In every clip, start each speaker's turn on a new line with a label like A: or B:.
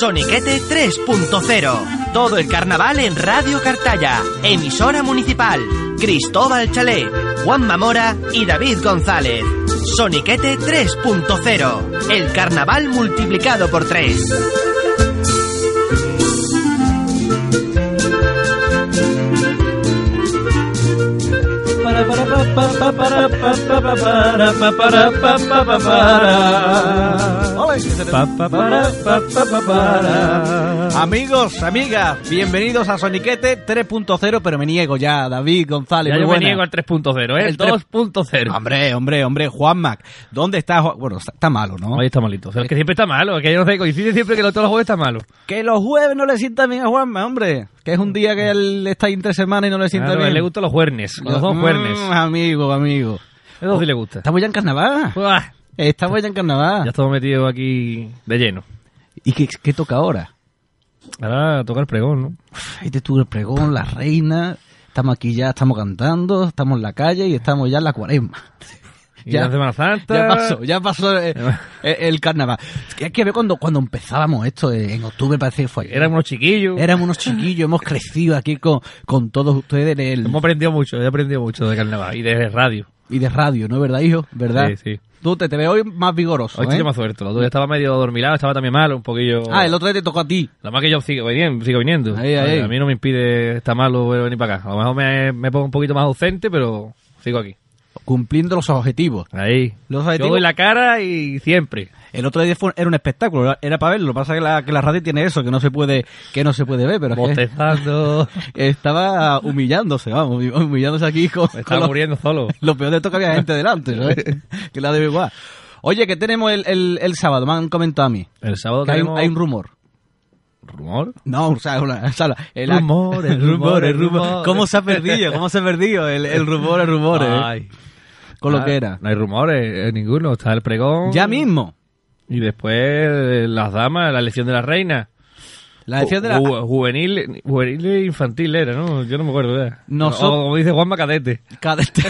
A: Soniquete 3.0. Todo el carnaval en Radio Cartaya. Emisora municipal. Cristóbal Chalet, Juan Mamora y David González. Soniquete 3.0. El carnaval multiplicado por 3.
B: Amigos, amigas, bienvenidos a Soniquete 3.0, pero me niego ya, David González.
C: Ya
B: muy
C: yo me
B: buena.
C: niego al 3.0, ¿eh? El
B: El tres-
C: 2.0.
B: Hombre, hombre, hombre, Juan Mac, ¿dónde está Juan? Bueno, está, está malo, ¿no?
C: Hoy está malito. O sea, es que siempre está malo. Es que yo no sé, coincide siempre que lo- todos los juegos está malo.
B: Que los jueves no le sientan bien a Juan Mac, hombre. Que es un día que él está entre semana y no le sienta
C: Claro, a
B: bien.
C: él le gustan los juernes. Los dos
B: Mm,
C: juernes.
B: amigo, amigo.
C: Eso sí le gusta.
B: Estamos ya en carnaval.
C: Uah,
B: Estamos ya en
C: Ya
B: carnaval.
C: estamos metidos aquí de lleno.
B: ¿Y qué, qué toca ahora?
C: Ahora toca el pregón, ¿no?
B: Este tú el pregón, la reina. Estamos aquí ya, estamos cantando, estamos en la calle y estamos ya en la cuaresma.
C: Y
B: Ya.
C: la Semana Santa.
B: Ya pasó, ya pasó eh, eh, el carnaval. Es que hay que ver cuando, cuando empezábamos esto, eh, en octubre parece que fue ayer.
C: Éramos unos chiquillos.
B: Éramos unos chiquillos, hemos crecido aquí con, con todos ustedes en el-
C: Hemos aprendido mucho. He aprendido mucho de carnaval y de radio.
B: y de radio, ¿no es verdad, hijo? ¿Verdad?
C: Sí, sí.
B: Tú te, te veo hoy más vigoroso.
C: Hoy
B: ¿eh?
C: estoy más suerte. El otro día estaba medio dormilado, estaba también malo, un poquillo.
B: Ah, el otro día te tocó a ti.
C: Lo más que yo sigo, viniendo- sigo viniendo.
B: Ahí, ahí.
C: A mí no me impide estar malo eh, venir para acá. A lo mejor me, me pongo un poquito más ausente, pero sigo aquí.
B: Cumpliendo los objetivos.
C: Ahí.
B: Los
C: Yo
B: objetivos-
C: doy la cara y siempre.
B: El otro día fue- era un espectáculo, era para verlo. Lo que pasa es que la, que la radio tiene eso, que no se puede, que no se puede ver, pero es que-
C: Bostezando.
B: Estaba humillándose, vamos, humillándose aquí con,
C: Me
B: con
C: estaba
B: lo,
C: muriendo solo.
B: lo peor de esto que había gente delante, ¿sabes? que la debe igual. Oye, que tenemos el, el, el sábado, me han comentado a mí.
C: El sábado
B: Que hay, un-
C: tenemos...
B: hay un rumor.
C: rumor.
B: No, o sea, una- o sea, el
C: Rumor, el rumor, el rumor.
B: ¿Cómo se ha perdido? ¿Cómo se ha perdido el, el rumor, el rumor? eh?
C: Ay.
B: Con lo
C: Ah,
B: que era.
C: No hay rumores, eh, ninguno. Está el pregón.
B: Ya mismo.
C: Y después eh, las damas, la elección de la reina.
B: La decía de la...
C: Ju- ju- juvenil, juvenil e infantil era, ¿no? Yo no me acuerdo. ¿verdad?
B: Noso-
C: O como dice Juan Macadete.
B: cadete.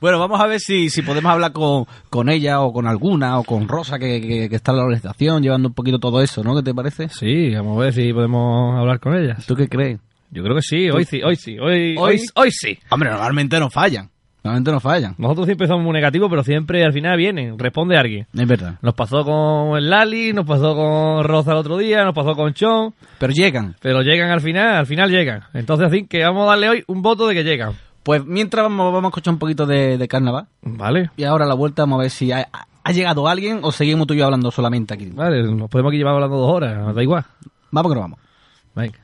B: bueno, vamos a ver si, si podemos hablar con, con ella o con alguna o con Rosa que, que- que está en la organización llevando un poquito todo eso, ¿no? ¿Qué te parece?
C: Sí, vamos a ver si podemos hablar con ellas.
B: ¿Tú qué crees?
C: Yo creo que sí, hoy sí, hoy sí, hoy,
B: ¿Hoy?
C: hoy, hoy sí.
B: Hombre, normalmente no fallan. Normalmente no fallan.
C: Nosotros siempre somos muy negativos, pero siempre al final vienen, responde alguien.
B: Es verdad.
C: Nos pasó con el Lali, nos pasó con Rosa el otro día, nos pasó con Chon,
B: Pero llegan.
C: pero llegan al final, al final llegan. Entonces así que vamos a darle hoy un voto de que llegan.
B: Pues mientras vamos, vamos a escuchar un poquito de, de carnaval.
C: Vale,
B: Y ahora a la vuelta vamos a ver si ha, ha llegado alguien o seguimos tú y yo hablando solamente aquí.
C: vale, nos podemos aquí llevar hablando dos horas, da igual.
B: Vamos que nos vamos.
C: Venga.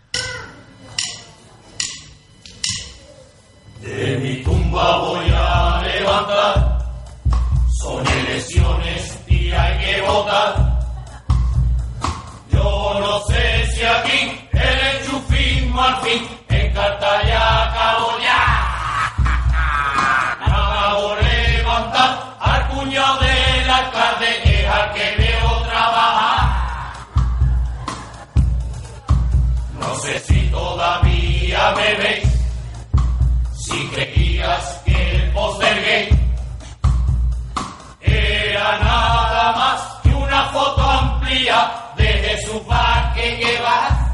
D: Yo no sé si aquí el enchufismo al fin en Cartaya acabó ya. Acabo de levantar al cuñado del alcalde, que es al que veo trabajar. No sé si todavía me veis, si creías que postergué. Era nada más que una foto amplia de Jesús Vázquez Guevara.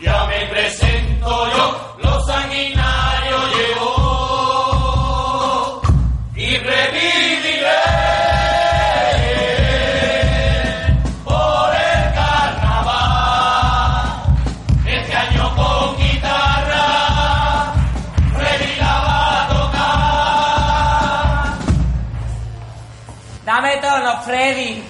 D: Ya me presento yo, lo sanguinario llegó y reviviré por el carnaval. Este año con guitarra, Freddy la va a tocar.
E: Dame tono, Freddy.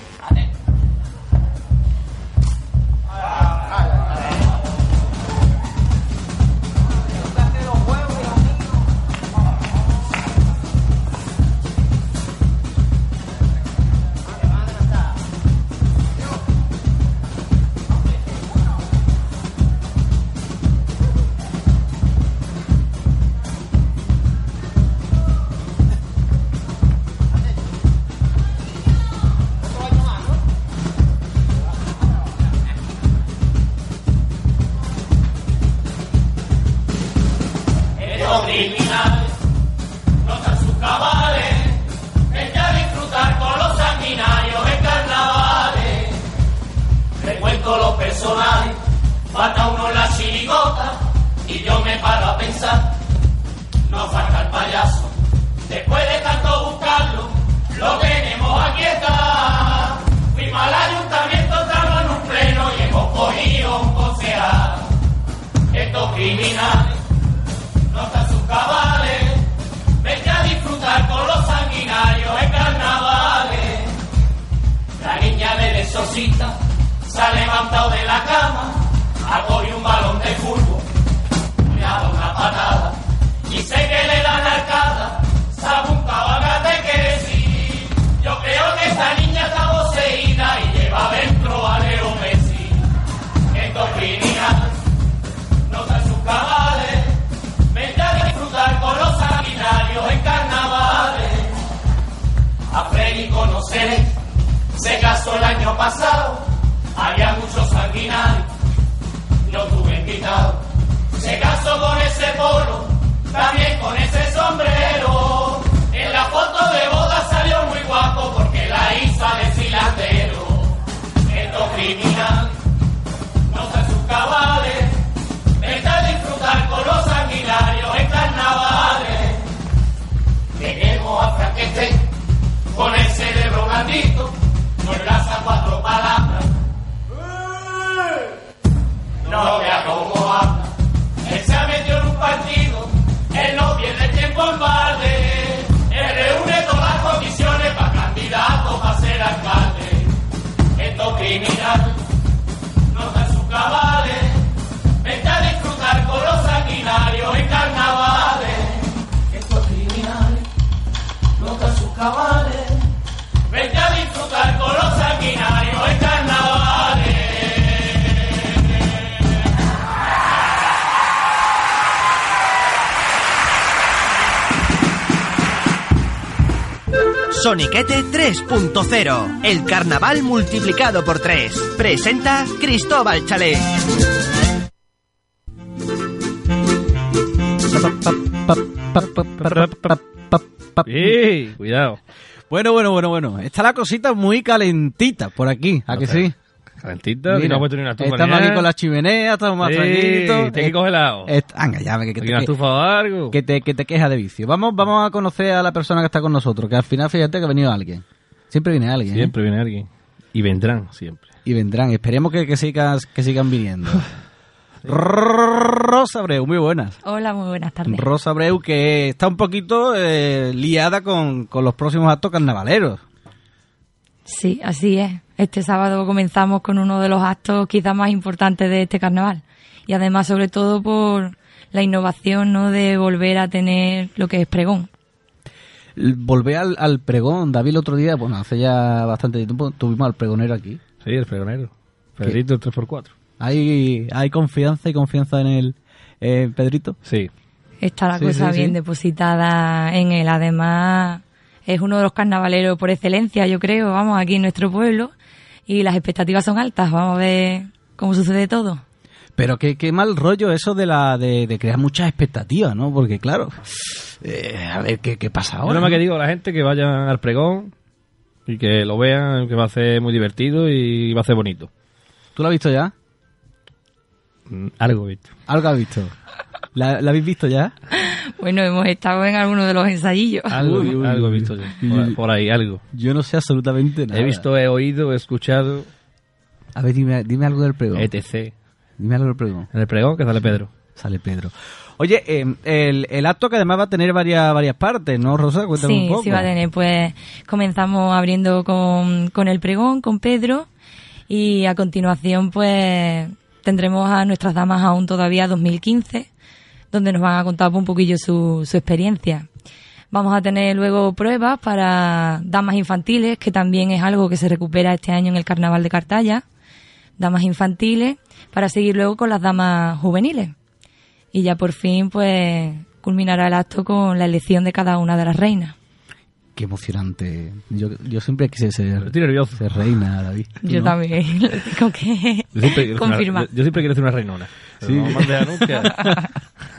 D: pensar, no falta el payaso. Después de tanto buscarlo, lo tenemos aquí está. Fuimos al ayuntamiento, estamos en un pleno y hemos cogido un concejal. Estos criminales no están sus cabales. Vete a disfrutar con los sanguinarios en carnavales. La niña del exorcista se ha levantado de la cama, ha cogido un balón de fútbol, le ha dado una patada y sé que le dan arcada, sabe un cabanas de que sí. Yo creo que esta niña está poseída y lleva dentro a Leo Messi. Estos criminales no están sus cabales, vete a disfrutar con los sanguinarios en carnavales. A Freddy conoceré, se casó el año pasado, había muchos sanguinarios, lo tuve invitado. Se casó con ese polo, también con ese sombrero. En la foto de boda salió muy guapo porque la hizo de cilantero. Estos criminales no están sus cabales, vete a disfrutar con los sanguinarios en carnavales. Tenemos a Frankenstein con el cerebro blandito, no enlaza cuatro palabras. No vea cómo habla, él se ha metido en un partido, él no pierde tiempo en balde, él reúne todas las condiciones para candidato, para ser alcalde. Estos criminales no están sus cabales, vete a disfrutar con los sanguinarios en carnavales. Estos criminales nota sus cabales. Vete a disfrutar con los sanguinarios en carnavales.
A: Soniquete 3.0, el carnaval multiplicado por 3. Presenta Cristóbal Chalet.
C: ¡Ey! Cuidado.
B: Bueno, bueno, bueno, bueno. Está la cosita muy calentita por aquí, ¿a que sí?
C: Calentita, y
B: Mira,
C: no ha puesto ni una estufa.
B: estamos
C: ni
B: aquí
C: nada.
B: con la chimenea, estamos más
C: Sí,
B: tranquilitos.
C: te que coger helado.
B: Eh, est- anga, ya, que, que,
C: Aquí una
B: que,
C: estufa o algo.
B: que te, que te queja de vicio. Vamos, vamos a conocer a la persona que está con nosotros, que al final fíjate que ha venido alguien. Siempre viene alguien. ¿eh?
C: Siempre viene alguien. Y vendrán siempre.
B: Y vendrán. Esperemos que, que, sigas, que sigan viniendo. Rosa Abreu, muy buenas.
F: Hola, muy buenas tardes.
B: Rosa Abreu, que está un poquito eh, liada con, con los próximos actos carnavaleros.
F: sí, así es. Este sábado comenzamos con uno de los actos quizás más importantes de este carnaval. Y además, sobre todo, por la innovación ¿no? de volver a tener lo que es pregón.
B: L- Volvé al, al pregón, David, el otro día, bueno, hace ya bastante tiempo, tuvimos al pregonero aquí.
C: Sí, el pregonero. Pedrito el 3x4.
B: Hay, hay confianza y confianza en el eh, Pedrito.
C: Sí.
F: Está la
B: Sí,
F: cosa
B: sí,
F: bien
B: sí.
F: depositada en él. Además, es uno de los carnavaleros por excelencia, yo creo, vamos, aquí en nuestro pueblo. Y las expectativas son altas. Vamos a ver cómo sucede todo.
B: Pero qué, qué mal rollo eso de la de, de crear muchas expectativas, ¿no? Porque claro, eh, a ver qué, qué pasa
C: Yo
B: ahora.
C: nada más que digo a la gente que vayan al pregón y que lo vean, que va a ser muy divertido y va a ser bonito.
B: ¿Tú lo has visto ya?
C: Mm, Algo, visto.
B: ¿Algo has visto? ¿La, la habéis visto ya?
F: Bueno, hemos estado en alguno de los ensayillos.
C: Algo,
B: Uy, uy,
C: algo he
B: uy.
C: visto yo. Por, por ahí, algo.
B: Yo no sé absolutamente nada.
C: He visto, he oído, he escuchado,
B: A ver, dime, dime algo del pregón.
C: etc.
B: Dime algo del pregón.
C: En el pregón que sale Pedro.
B: Sale Pedro. Oye, eh, el, el acto que además va a tener varias varias partes, ¿no, Rosa? Cuéntame
F: sí,
B: un poco.
F: sí va a tener. Pues comenzamos abriendo con, con el pregón, con Pedro, y a continuación pues tendremos a nuestras damas aún todavía 2015, donde nos van a contar un poquillo su, su experiencia. Vamos a tener luego pruebas para damas infantiles, que también es algo que se recupera este año en el Carnaval de Cartaya. Damas infantiles, para seguir luego con las damas juveniles. Y ya por fin, pues, culminará el acto con la elección de cada una de las reinas.
B: Qué emocionante. Yo, yo siempre quise ser,
C: Estoy nervioso.
B: ser reina, David. ¿Tú
F: Yo
B: no?
F: también lo tengo que
C: Yo siempre, quiero ser una-
F: confirmar.
C: yo- yo siempre quiero ser una reinona. Pero No más deja nunca.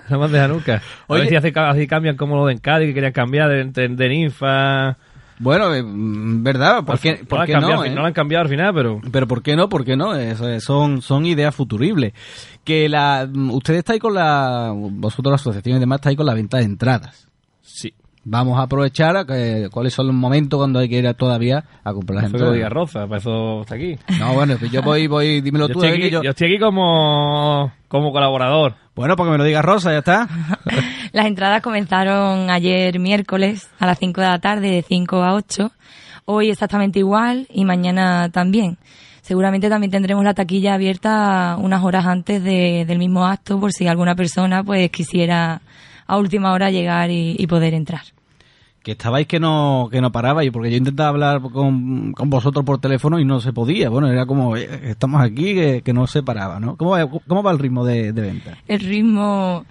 C: No más deja nunca. A
B: Oye.
C: ver si hace, ca- si cambian como lo de en Cádiz, que querían cambiar de, de- de ninfa
B: Bueno, eh, mm, ¿verdad? ¿Por qué,
C: No
B: por
C: la han
B: qué
C: cambiado,
B: no?
C: al fin-
B: eh?
C: no la han cambiado al final, pero
B: Pero ¿por qué no? ¿Por qué no? Es- eh, son, son ideas futuribles. Que la, mm, ustedes estáis con la, vosotros la asociación y demás estáis con la venta de entradas.
C: sí.
B: Vamos a aprovechar a que- cuáles son los momentos cuando hay que ir a- todavía a comprar las
C: Eso diga
B: entradas.
C: Roza, para eso está aquí.
B: No, bueno, pues yo voy, voy, dímelo
C: Yo
B: tú.
C: estoy,
B: eh, que
C: aquí
B: yo-
C: yo estoy aquí como, como colaborador.
B: Bueno, porque me lo diga Rosa, ya está.
F: Las entradas comenzaron ayer miércoles a las 5 de la tarde, de 5 a 8. Hoy exactamente igual y mañana también. Seguramente también tendremos la taquilla abierta unas horas antes de- del mismo acto por si alguna persona pues quisiera a última hora llegar y- y poder entrar.
B: Que estabais que no, que no parabais, porque yo intentaba hablar con, con vosotros por teléfono y no se podía. Bueno, era como, eh, estamos aquí, que, que no se paraba, ¿no? ¿Cómo va, cómo va el ritmo de, de venta?
F: el ritmo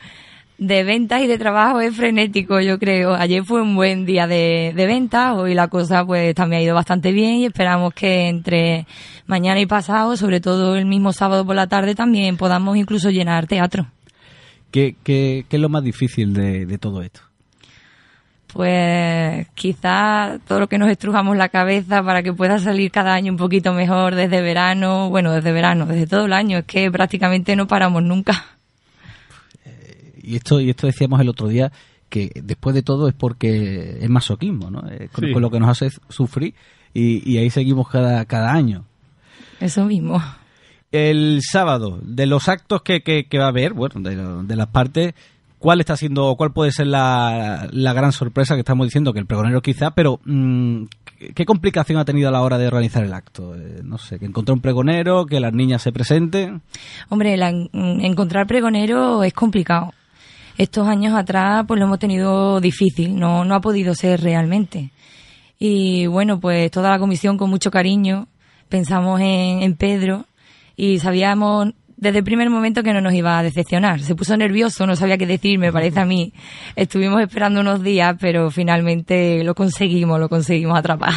F: de ventas y de trabajo es frenético, yo creo. Ayer fue un buen día de, de ventas, hoy la cosa pues también ha ido bastante bien y esperamos que entre mañana y pasado, sobre todo el mismo sábado por la tarde, también podamos incluso llenar teatro.
B: ¿Qué, qué, qué es lo más difícil de, de todo esto?
F: Pues quizás todo lo que nos estrujamos la cabeza para que pueda salir cada año un poquito mejor desde verano, bueno, desde verano, desde todo el año, es que prácticamente no paramos nunca.
B: Y esto, y esto decíamos el otro día, que después de todo es porque es masoquismo, ¿no? Eh, con,
C: Sí.
B: con lo que nos hace sufrir y, y ahí seguimos cada, cada año.
F: Eso mismo.
B: El sábado, de los actos que, que- que va a haber, bueno, de, lo- de las partes, ¿cuál está siendo, o cuál puede ser la, la gran sorpresa que estamos diciendo? Que el pregonero quizá, pero mm, ¿qué- ¿qué complicación ha tenido a la hora de organizar el acto? Eh, no sé, que encontró un pregonero, que las niñas se presenten.
F: Hombre, la- mm, encontrar pregonero es complicado. Estos años atrás pues lo hemos tenido difícil, no, no ha podido ser realmente. Y bueno, pues toda la comisión con mucho cariño pensamos en, en Pedro y sabíamos desde el primer momento que no nos iba a decepcionar. Se puso nervioso, no sabía qué decir, me parece a mí. Estuvimos esperando unos días, pero finalmente lo conseguimos, lo conseguimos atrapar.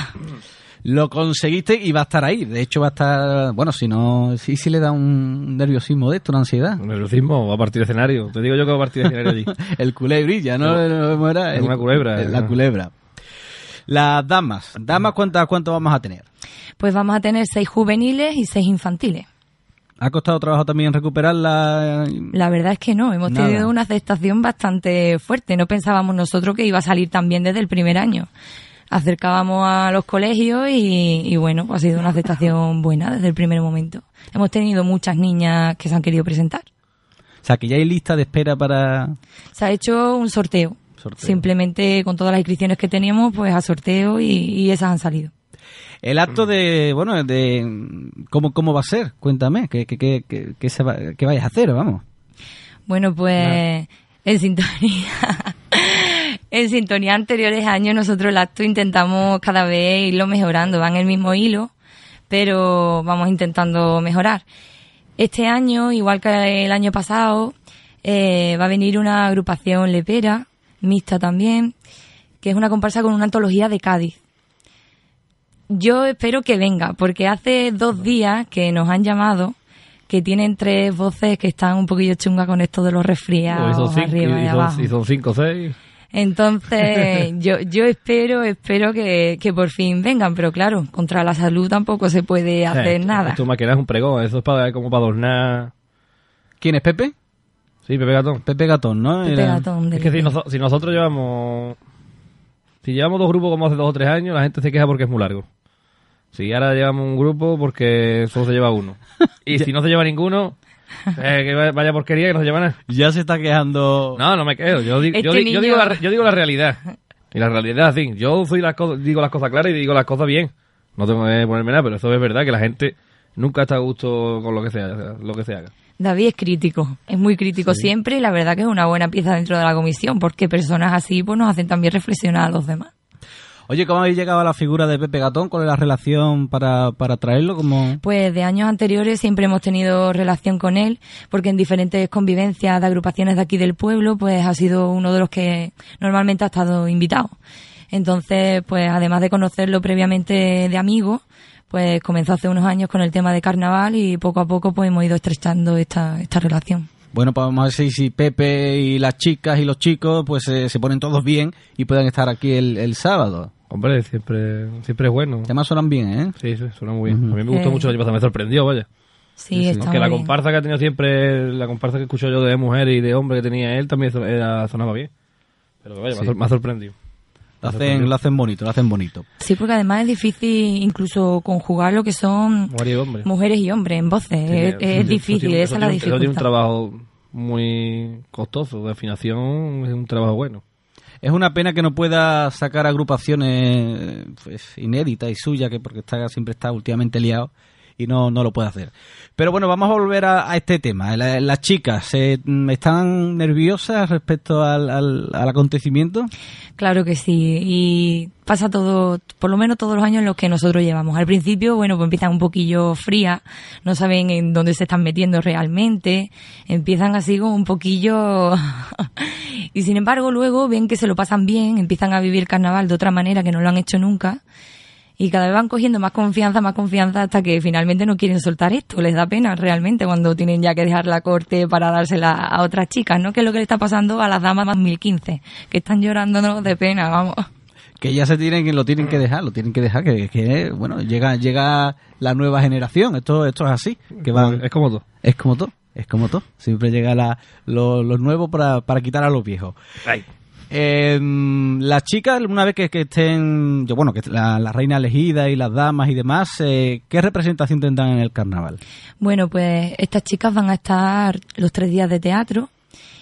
B: Lo conseguiste y va a estar ahí. De hecho, va a estar. Bueno, si no. Sí, sí le da un nerviosismo de esto, una ansiedad.
C: Un nerviosismo, va a partir de escenario. Te digo yo que va a partir de escenario allí.
B: El culebrilla, ¿no? ¿Cómo era?
C: es una culebra. eh.
B: El- La culebra. Las damas. ¿Damas cuántas cuánto vamos a tener?
F: Pues vamos a tener seis juveniles y seis infantiles.
B: ¿Ha costado trabajo también recuperarla?
F: La verdad es que no, hemos
B: Nada.
F: tenido una aceptación bastante fuerte. No pensábamos nosotros que iba a salir tan bien desde el primer año. Acercábamos a los colegios y, y bueno, pues ha sido una aceptación buena desde el primer momento. Hemos tenido muchas niñas que se han querido presentar.
B: O sea, que ya hay lista de espera para.
F: Se ha hecho un sorteo.
B: Sorteo.
F: Simplemente con todas las inscripciones que teníamos, pues a sorteo y, y esas han salido.
B: El acto de. Bueno, de. ¿Cómo, cómo va a ser? Cuéntame. ¿Qué, qué, qué, qué, qué se va- qué vais a hacer? Vamos.
F: Bueno, pues en sintonía. En sintonía anteriores años nosotros el acto intentamos cada vez irlo mejorando, van el mismo hilo, pero vamos intentando mejorar. Este año, igual que el año pasado, eh, va a venir una agrupación lepera, mixta también, que es una comparsa con una antología de Cádiz. Yo espero que venga, porque hace dos días que nos han llamado que tienen tres voces que están un poquillo chungas con esto de los
C: O Pues hizo
F: resfriados
C: cinco-
F: arriba y
C: hizo-
F: abajo.
C: hizo cinco o seis.
F: Entonces, yo, yo espero, espero que, que por fin vengan, pero claro, contra la salud tampoco se puede hacer
C: Eh,
F: nada.
C: Esto más que nada es un pregón, eso es para, como para adornar.
B: ¿Quién es Pepe?
C: Sí, Pepe Gatón.
B: Pepe Gatón, ¿no?
F: Pepe
B: Era-
F: Gatón del
C: Es que si,
F: Pino.
C: noso- si nosotros llevamos. Si llevamos dos grupos como hace dos o tres años, la gente se queja porque es muy largo. Si ahora llevamos un grupo porque solo se lleva uno. Y si no se lleva ninguno, eh, que va- vaya porquería que no se lleva nada.
B: Ya se está quejando.
C: No, no me quedo. Yo, di- yo
F: Este
C: di- yo
F: niño-
C: digo, la, re- yo digo la realidad. Y la realidad, sí. Yo soy las co- digo las cosas claras y digo las cosas bien. No tengo que ponerme nada, pero eso es verdad que la gente nunca está a gusto con lo que se haga. Lo que se haga.
F: David es crítico, es muy crítico siempre y la verdad que es una buena pieza dentro de la comisión porque personas así pues nos hacen también reflexionar a los demás.
B: Oye, ¿cómo habéis llegado a la figura de Pepe Gatón? ¿Cuál es la relación para, para traerlo? Como...
F: Pues de años anteriores siempre hemos tenido relación con él, porque en diferentes convivencias de agrupaciones de aquí del pueblo, pues ha sido uno de los que normalmente ha estado invitado. Entonces, pues además de conocerlo previamente de amigo, pues comenzó hace unos años con el tema de carnaval y poco a poco pues hemos ido estrechando esta, esta relación.
B: Bueno, pues vamos a ver si, si Pepe y las chicas y los chicos pues eh, se ponen todos bien y puedan estar aquí el, el sábado.
C: Hombre, siempre, siempre es bueno.
B: Además suenan bien, ¿eh?
C: Sí, sí, suena muy bien. A mí me gustó
F: Eh.
C: mucho la llevada, me sorprendió, vaya.
F: Sí, está
C: que
F: muy
C: la
F: bien.
C: comparsa que ha tenido siempre, la comparsa que escucho yo de mujer y de hombre que tenía él también so- era- sonaba bien. Pero vaya, me ha
B: Sí.
C: sor- me ha sorprendido.
B: Lo hacen, lo hacen bonito, lo hacen bonito.
F: Sí, porque además es difícil incluso conjugar lo que son
C: Mujer y hombre.
F: mujeres y hombres en voces.
C: Tiene-
F: es,
C: eso
F: es
C: tiene-
F: difícil,
C: eso tiene-
F: esa es la
C: eso tiene un- Eso
F: dificultad.
C: tiene un trabajo muy costoso, de afinación es un trabajo bueno.
B: Es una pena que no pueda sacar agrupaciones pues, inéditas y suyas, que porque está, siempre está últimamente liado y no, no lo puede hacer. Pero bueno, vamos a volver a, a este tema. La- las chicas, eh, mm, ¿están nerviosas respecto al, al- al acontecimiento?
F: Claro que sí, y pasa todo, por lo menos todos los años en los que nosotros llevamos. Al principio, bueno, pues empiezan un poquillo fría, no saben en dónde se están metiendo realmente, empiezan así como un poquillo... y sin embargo, luego ven que se lo pasan bien, empiezan a vivir carnaval de otra manera que no lo han hecho nunca, y cada vez van cogiendo más confianza, más confianza, hasta que finalmente no quieren soltar esto. Les da pena realmente cuando tienen ya que dejar la corte para dársela a otras chicas, ¿no? Que es lo que le está pasando a las damas más 1015, que están llorándonos de pena, vamos.
B: Que ya se tienen, que lo tienen que dejar, lo tienen que dejar, que, que, bueno, llega, llega la nueva generación, esto, esto es así, que van,
C: Es como todo.
B: es como todo, es como todo, siempre llega la, lo- los nuevos para, para quitar a los viejos. Eh, las chicas, una vez que, que estén, yo, bueno, que la, la reina elegida y las damas y demás, eh, ¿qué representación tendrán en el carnaval?
F: Bueno, pues estas chicas van a estar los tres días de teatro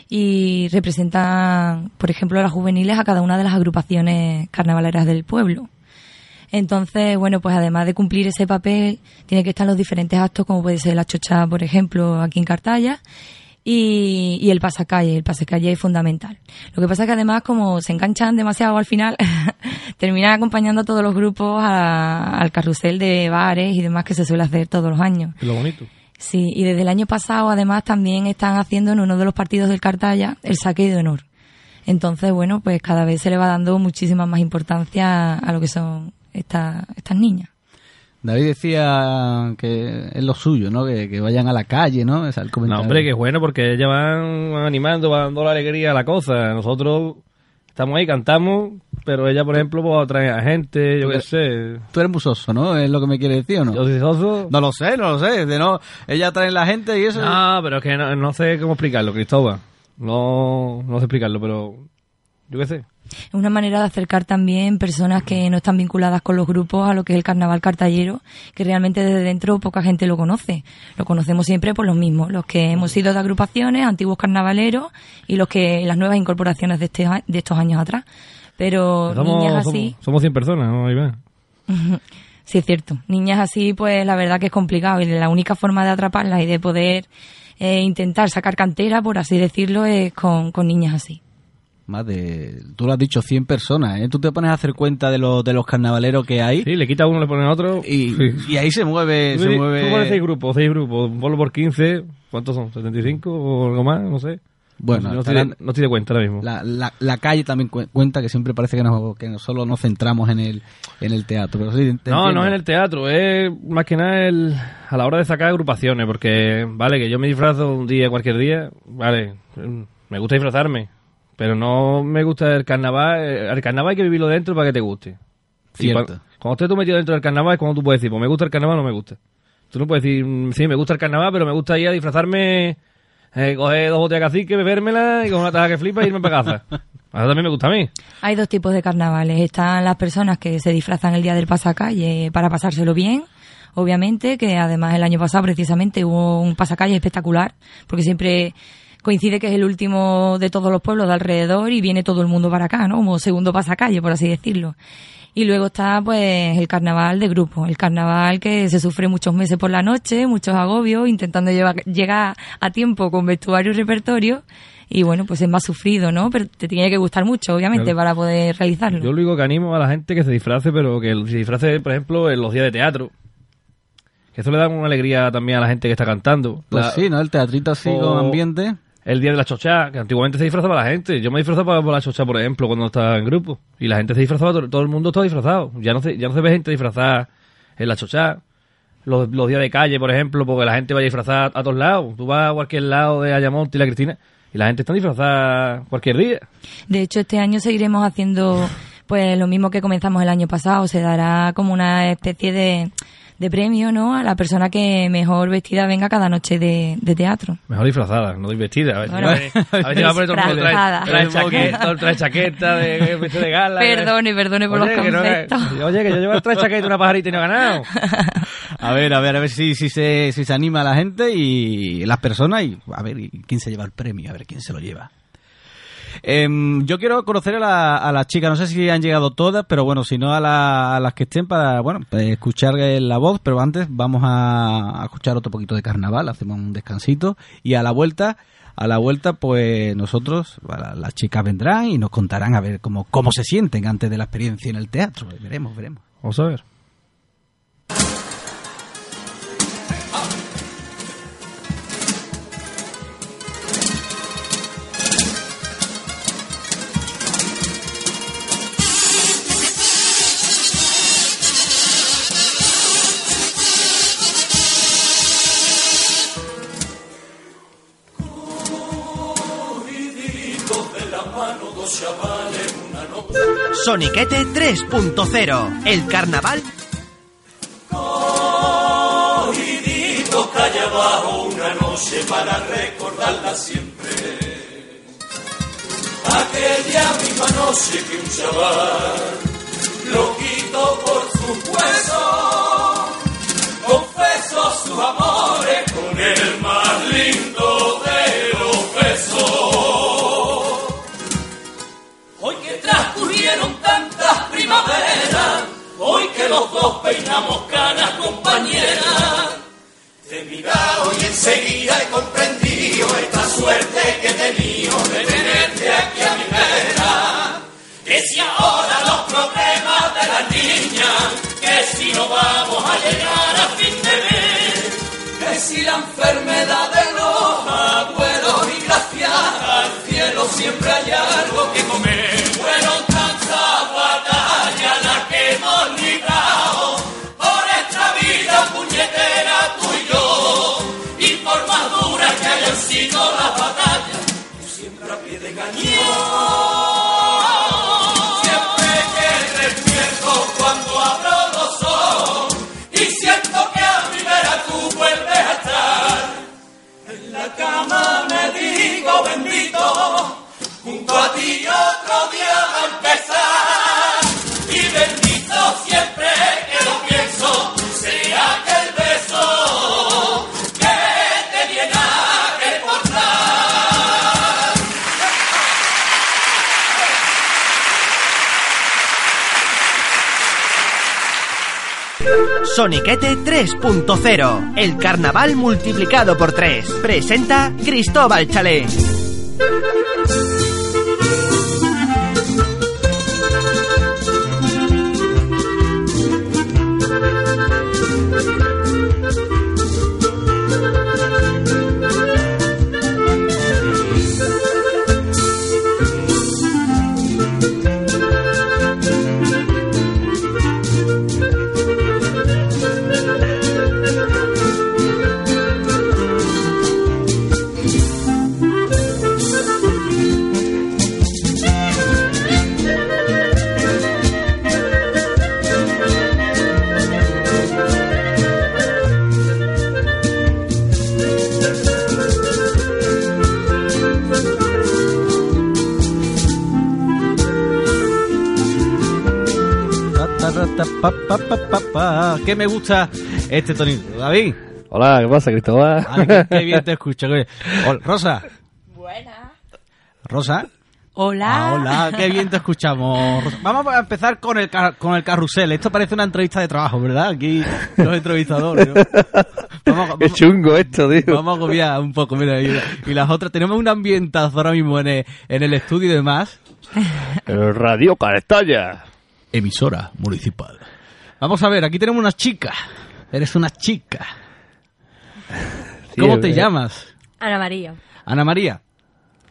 F: y representan, por ejemplo, a las juveniles a cada una de las agrupaciones carnavaleras del pueblo. Entonces, bueno, pues además de cumplir ese papel, tiene que estar en los diferentes actos, como puede ser la chochá, por ejemplo, aquí en Cartaya, y, y el pasacalle. El pasacalle es fundamental. Lo que pasa es que además, como se enganchan demasiado al final, terminan acompañando a todos los grupos a- al carrusel de bares y demás que se suele hacer todos los años.
C: Es lo bonito.
F: Sí, y desde el año pasado además también están haciendo en uno de los partidos del Cartaya el saque de honor. Entonces, bueno, pues cada vez se le va dando muchísima más importancia a lo que son esta- estas niñas.
B: David decía que es lo suyo, ¿no? Que, que vayan a la calle, ¿no? Es el
C: No,
B: comentario.
C: hombre, que es bueno porque ellas van, van animando, van dando la alegría a la cosa. Nosotros estamos ahí, cantamos, pero ella, por ejemplo, pues, atrae a gente, yo qué sé.
B: Tú eres musoso, ¿no? Es lo que me quiere decir, ¿o no?
C: Yo soy soso.
B: No lo sé, no lo sé. De no, ella trae la gente y eso.
C: No, pero es que no, no sé cómo explicarlo, Cristóbal. No, no sé explicarlo, pero yo qué sé.
F: Es una manera de acercar también personas que no están vinculadas con los grupos a lo que es el carnaval cartallero, que realmente desde dentro poca gente lo conoce. Lo conocemos siempre por los mismos, los que hemos sido de agrupaciones, antiguos carnavaleros y los que las nuevas incorporaciones de, este, a- de estos años atrás. Pero
C: Somos,
F: niñas así...
C: somos, somos 100 personas, ¿no, Iván?
F: Sí, es cierto. Niñas así, pues la verdad que es complicado y la única forma de atraparlas y de poder eh, intentar sacar cantera, por así decirlo, es con, con niñas así.
B: Más de, tú lo has dicho, 100 personas, ¿eh? Tú te pones a hacer cuenta de, los de los carnavaleros que hay
C: Sí, le quita uno, le pone otro.
B: y,
C: Sí.
B: y ahí se mueve,
C: Tú
B: se
C: di- Tú pones seis
B: mueve.
C: grupos, seis grupos. Ponlo por 15. ¿Cuántos son? ¿75 o algo más? No sé.
B: Bueno,
C: no, estoy,
B: estarán-
C: de- no estoy de cuenta ahora mismo.
B: la, la- la calle también cu- cuenta que siempre parece que, nos, que nos- solo nos centramos en el, en el teatro. Pero sí, te
C: no,
B: entiendo.
C: no es en el teatro. Es más que nada el, a la hora de sacar agrupaciones. Porque, vale, que yo me disfrazo un día, cualquier día. Vale, mm, me gusta disfrazarme. Pero no me gusta el carnaval. eh, El carnaval hay que vivirlo dentro para que te guste. Y
B: Cierto.
C: cuan- cuando, estés tú metido dentro del carnaval es cuando tú puedes decir, pues me gusta el carnaval o no me gusta. Tú no puedes decir, mm, sí, me gusta el carnaval, pero me gusta ir a disfrazarme, eh, coger dos botellas de cacique, bebérmela y con una taja que flipa y irme para casa. Eso también me gusta a mí.
F: Hay dos tipos de carnavales. Están las personas que se disfrazan el día del pasacalle para pasárselo bien, obviamente, que además el año pasado precisamente hubo un pasacalle espectacular, porque siempre coincide que es el último de todos los pueblos de alrededor y viene todo el mundo para acá, ¿no? Como segundo pasacalle, por así decirlo. Y luego está pues el carnaval de grupo, el carnaval que se sufre muchos meses por la noche, muchos agobios, intentando llevar- llegar a tiempo con vestuario y repertorio. Y bueno, pues es más sufrido, ¿no? Pero te tiene que gustar mucho, obviamente,
C: Claro.
F: para poder realizarlo.
C: Yo lo único que animo a la gente que se disfrace, pero que se disfrace, por ejemplo, en los días de teatro. Que eso le da una alegría también a la gente que está cantando.
B: Pues
C: La-
B: sí, ¿no? El teatrito así
C: o-
B: con ambiente.
C: El día de la chochá, que antiguamente se disfrazaba la gente. Yo me disfrazaba para, la chochá, por ejemplo, cuando estaba en grupo. Y la gente se disfrazaba, to- todo, el mundo estaba disfrazado. Ya no se, ya no se ve gente disfrazada en la chochá. Los, los días de calle, por ejemplo, porque la gente va disfrazada a todos lados. Tú vas a cualquier lado de Ayamonte y la Cristina y la gente está disfrazada cualquier día.
F: De hecho, este año seguiremos haciendo pues lo mismo que comenzamos el año pasado, se dará como una especie de, de premio, ¿no? A la persona que mejor vestida venga cada noche de, de teatro.
C: Mejor disfrazada, no vestida. A ver,
F: Bueno,
C: a ver, a ver si va a poner todo el mundo trae,
F: disfrazada.
C: trae chaqueta, trae chaqueta de, de, de gala. ¿eh? de-
F: Perdone, perdone por los
C: que no- eh,
F: conceptos.
C: oye, que yo llevo tres chaquetas y una pajarita y no he ganado.
B: A ver, a ver, a ver si, si, se, si se anima la gente y las personas y a ver y quién se lleva el premio, a ver quién se lo lleva. Em, yo quiero conocer a, la- a las chicas, no sé si han llegado todas, pero bueno, si no a, la- a las que estén para, bueno, pues, escuchar eh, la voz, pero antes vamos a, a escuchar otro poquito de carnaval, hacemos un descansito y a la vuelta, a la vuelta pues nosotros, a la- las chicas vendrán y nos contarán a ver cómo, cómo se sienten antes de la experiencia en el teatro, veremos, veremos.
C: Vamos a ver.
A: Soniquete 3.0, el carnaval
D: Hoy que transcurrieron tantas primaveras, hoy que los dos peinamos canas compañeras. Te he mirado y enseguida he comprendido esta suerte que he tenido de tenerte aquí a mi vera. Que si ahora los problemas de las niñas, que si no vamos a llegar a fin de mes, que si la enfermedad de los abuelos y gracias al cielo siempre hay algo que comer. Fueron tantas batallas las que hemos librado por esta vida puñetera tú y yo. Y por más duras que hayan sido las batallas, tú siempre a pie de cañón. Siempre que despierto cuando abro los ojos y siento que a mi vera tú vuelves a estar. En la cama me digo bendito, junto a ti otro día va a empezar. Y bendito siempre que lo pienso, sea aquel beso que te viene a reportar.
A: Soniquete 3.0, el carnaval multiplicado por 3. Presenta Cristóbal Chalé.
B: Ta, ta, ra, ta, pa, pa, pa, pa, pa. Que me gusta este tonito. David,
C: Hola, ¿qué pasa, Cristóbal?
B: ay, qué- qué bien te escucho. qué bien. Hol- Rosa,
F: Buenas.
B: Rosa.
F: Hola.
B: Ah, hola, qué bien te escuchamos. Rosa. Vamos a empezar con el, car- con el carrusel. Esto parece una entrevista de trabajo, ¿verdad? Aquí los entrevistadores. ¿no? Vamos,
G: Qué
B: vamos-
G: chungo esto, tío.
B: Vamos a copiar un poco, mira, y, y las otras. Tenemos un ambientazo ahora mismo en el, en el estudio y demás.
G: El Radio Carestalla.
B: Emisora municipal. Vamos a ver, aquí tenemos una chica. Eres una chica. ¿Cómo
G: Sí,
B: te
G: eh.
B: llamas?
H: Ana María.
B: Ana María,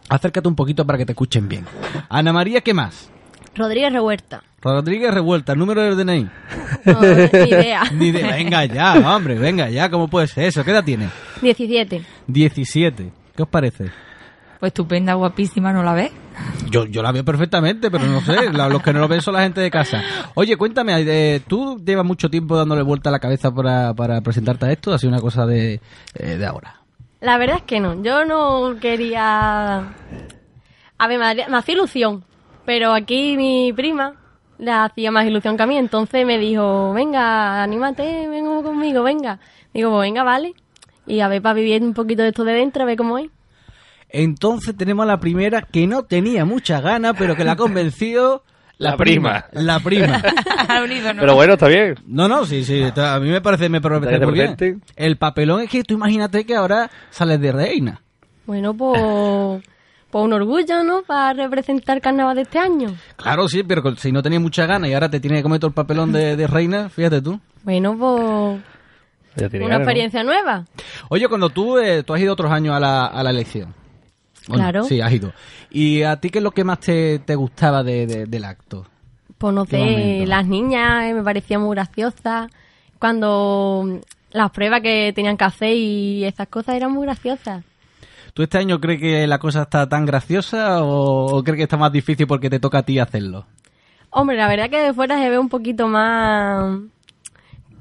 B: acércate un poquito para que te escuchen bien. Ana María, ¿qué más?
H: Rodríguez Revuelta.
B: Rodríguez Revuelta, número del DNI.
H: No, ni idea.
B: Ni de- venga ya, hombre, venga ya, ¿cómo puede ser eso? ¿Qué edad tiene?
H: 17.
B: 17. ¿Qué os parece?
F: Pues estupenda, guapísima, ¿no la ves?
B: Yo, yo la veo perfectamente, pero no sé, la- los que no lo ven son la gente de casa. Oye, cuéntame, eh, ¿tú llevas mucho tiempo dándole vuelta a la cabeza para, para presentarte a esto? ¿Ha sido una cosa de, eh, de ahora?
H: La verdad es que no. Yo no quería. A ver, me, haría- me hacía ilusión. Pero aquí mi prima le hacía más ilusión que a mí. Entonces me dijo: Venga, anímate, vengo conmigo, venga. Digo, pues venga, vale. Y a ver, para vivir un poquito de esto de dentro, a ver cómo es.
B: Entonces tenemos a la primera que no tenía muchas ganas, pero que la ha convencido...
I: La prima.
B: La prima.
F: Al unísono.
I: Pero bueno, está bien.
B: No, no, sí, sí, está- a mí me parece, me parece
I: Está
B: muy bien.
I: perfecto.
B: El papelón es que tú imagínate que ahora sales de reina.
H: Bueno, pues. Pues un orgullo, ¿no? Para representar carnaval de este año.
B: Claro, sí, pero con- si no tenías muchas ganas y ahora te tienes que comer todo el papelón de, de reina, fíjate tú.
H: Bueno, pues.
I: Ya tiene
H: Una
I: ganas, ¿no?
H: experiencia nueva.
B: Oye, cuando tú, eh, tú has ido otros años a la, a la elección. ¿O no?
H: Claro.
B: Sí, has ido. ¿Y a ti qué es lo que más te, te gustaba de- de- del acto?
H: Pues no
B: Qué
H: sé,
B: momento.
H: las niñas eh, me parecían muy graciosas. Cuando mm, las pruebas que tenían que hacer y esas cosas eran muy graciosas.
B: ¿Tú este año crees que la cosa está tan graciosa o, o crees que está más difícil porque te toca a ti hacerlo?
H: Hombre, la verdad que de fuera se ve un poquito más...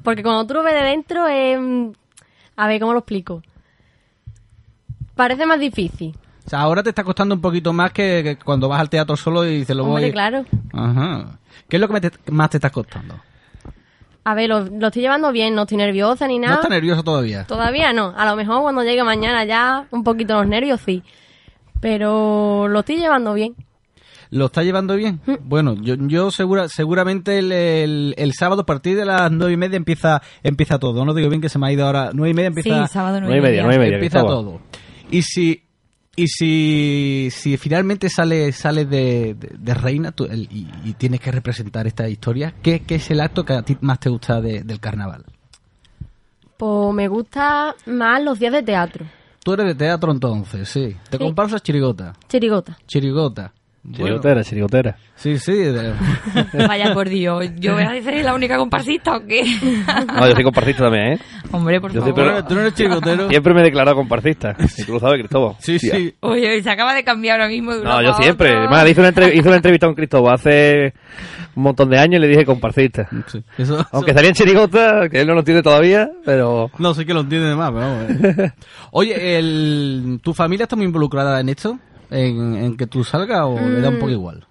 H: Porque cuando tú lo ves de dentro es... mm, A ver, ¿cómo lo explico? Parece más difícil.
B: O sea, ahora te está costando un poquito más que, que cuando vas al teatro solo y te lo
H: Hombre,
B: voy...
H: claro.
B: Ajá. ¿Qué es lo que me te- más te está costando?
H: A ver, lo, lo estoy llevando bien, no estoy nerviosa ni
B: ¿No
H: nada.
B: estás nervioso todavía?
H: Todavía no. A lo mejor cuando llegue mañana ya un poquito los nervios sí. Pero lo estoy llevando bien.
B: ¿Lo está llevando bien? Bueno, yo, yo segura, seguramente el, el- el sábado a partir de las nueve y media empieza, empieza todo. No digo bien que se me ha ido ahora. Nueve y media empieza,
F: sí, sábado
I: Nueve y media, nueve y media.
B: empieza
I: que estaba.
B: todo. Y si y si, si finalmente sales sale de, de- de reina tú- el- y, y tienes que representar esta historia, ¿qué, qué es el acto que a ti más te gusta de- del carnaval?
H: Pues me gusta más los días de teatro.
B: Tú eres de teatro entonces, sí. Te
H: Sí.
B: comparsas chirigota.
H: Chirigota.
B: Chirigota. Bueno,
I: Chirigotera, chirigotera.
B: sí, sí. de-
F: Vaya por Dios, yo voy a decir la única comparsista o qué.
I: No, yo soy compartista también, ¿eh?
F: Hombre, por
I: Yo soy
F: favor.
I: pero-
B: ¿Tú no eres chirigotero?
I: Siempre me he declarado compartista. Y tú lo sabes, Cristóbal.
B: Sí,
I: Hostia.
B: sí.
F: Oye, oye, se acaba de cambiar ahora mismo de una
I: No, yo
F: pa'
I: siempre.
F: otra.
I: Además, le hice una, entre- hice una entrevista a un Cristóbal hace un montón de años y le dije compartista.
B: Mm, Sí, eso-
I: Aunque estaría en chirigota, que él no lo entiende todavía, pero...
B: No, sé que lo entiende más, pero vamos. eh. Oye, el, ¿tu familia está muy involucrada en esto? ¿En, en que tú salgas o le da un poco igual?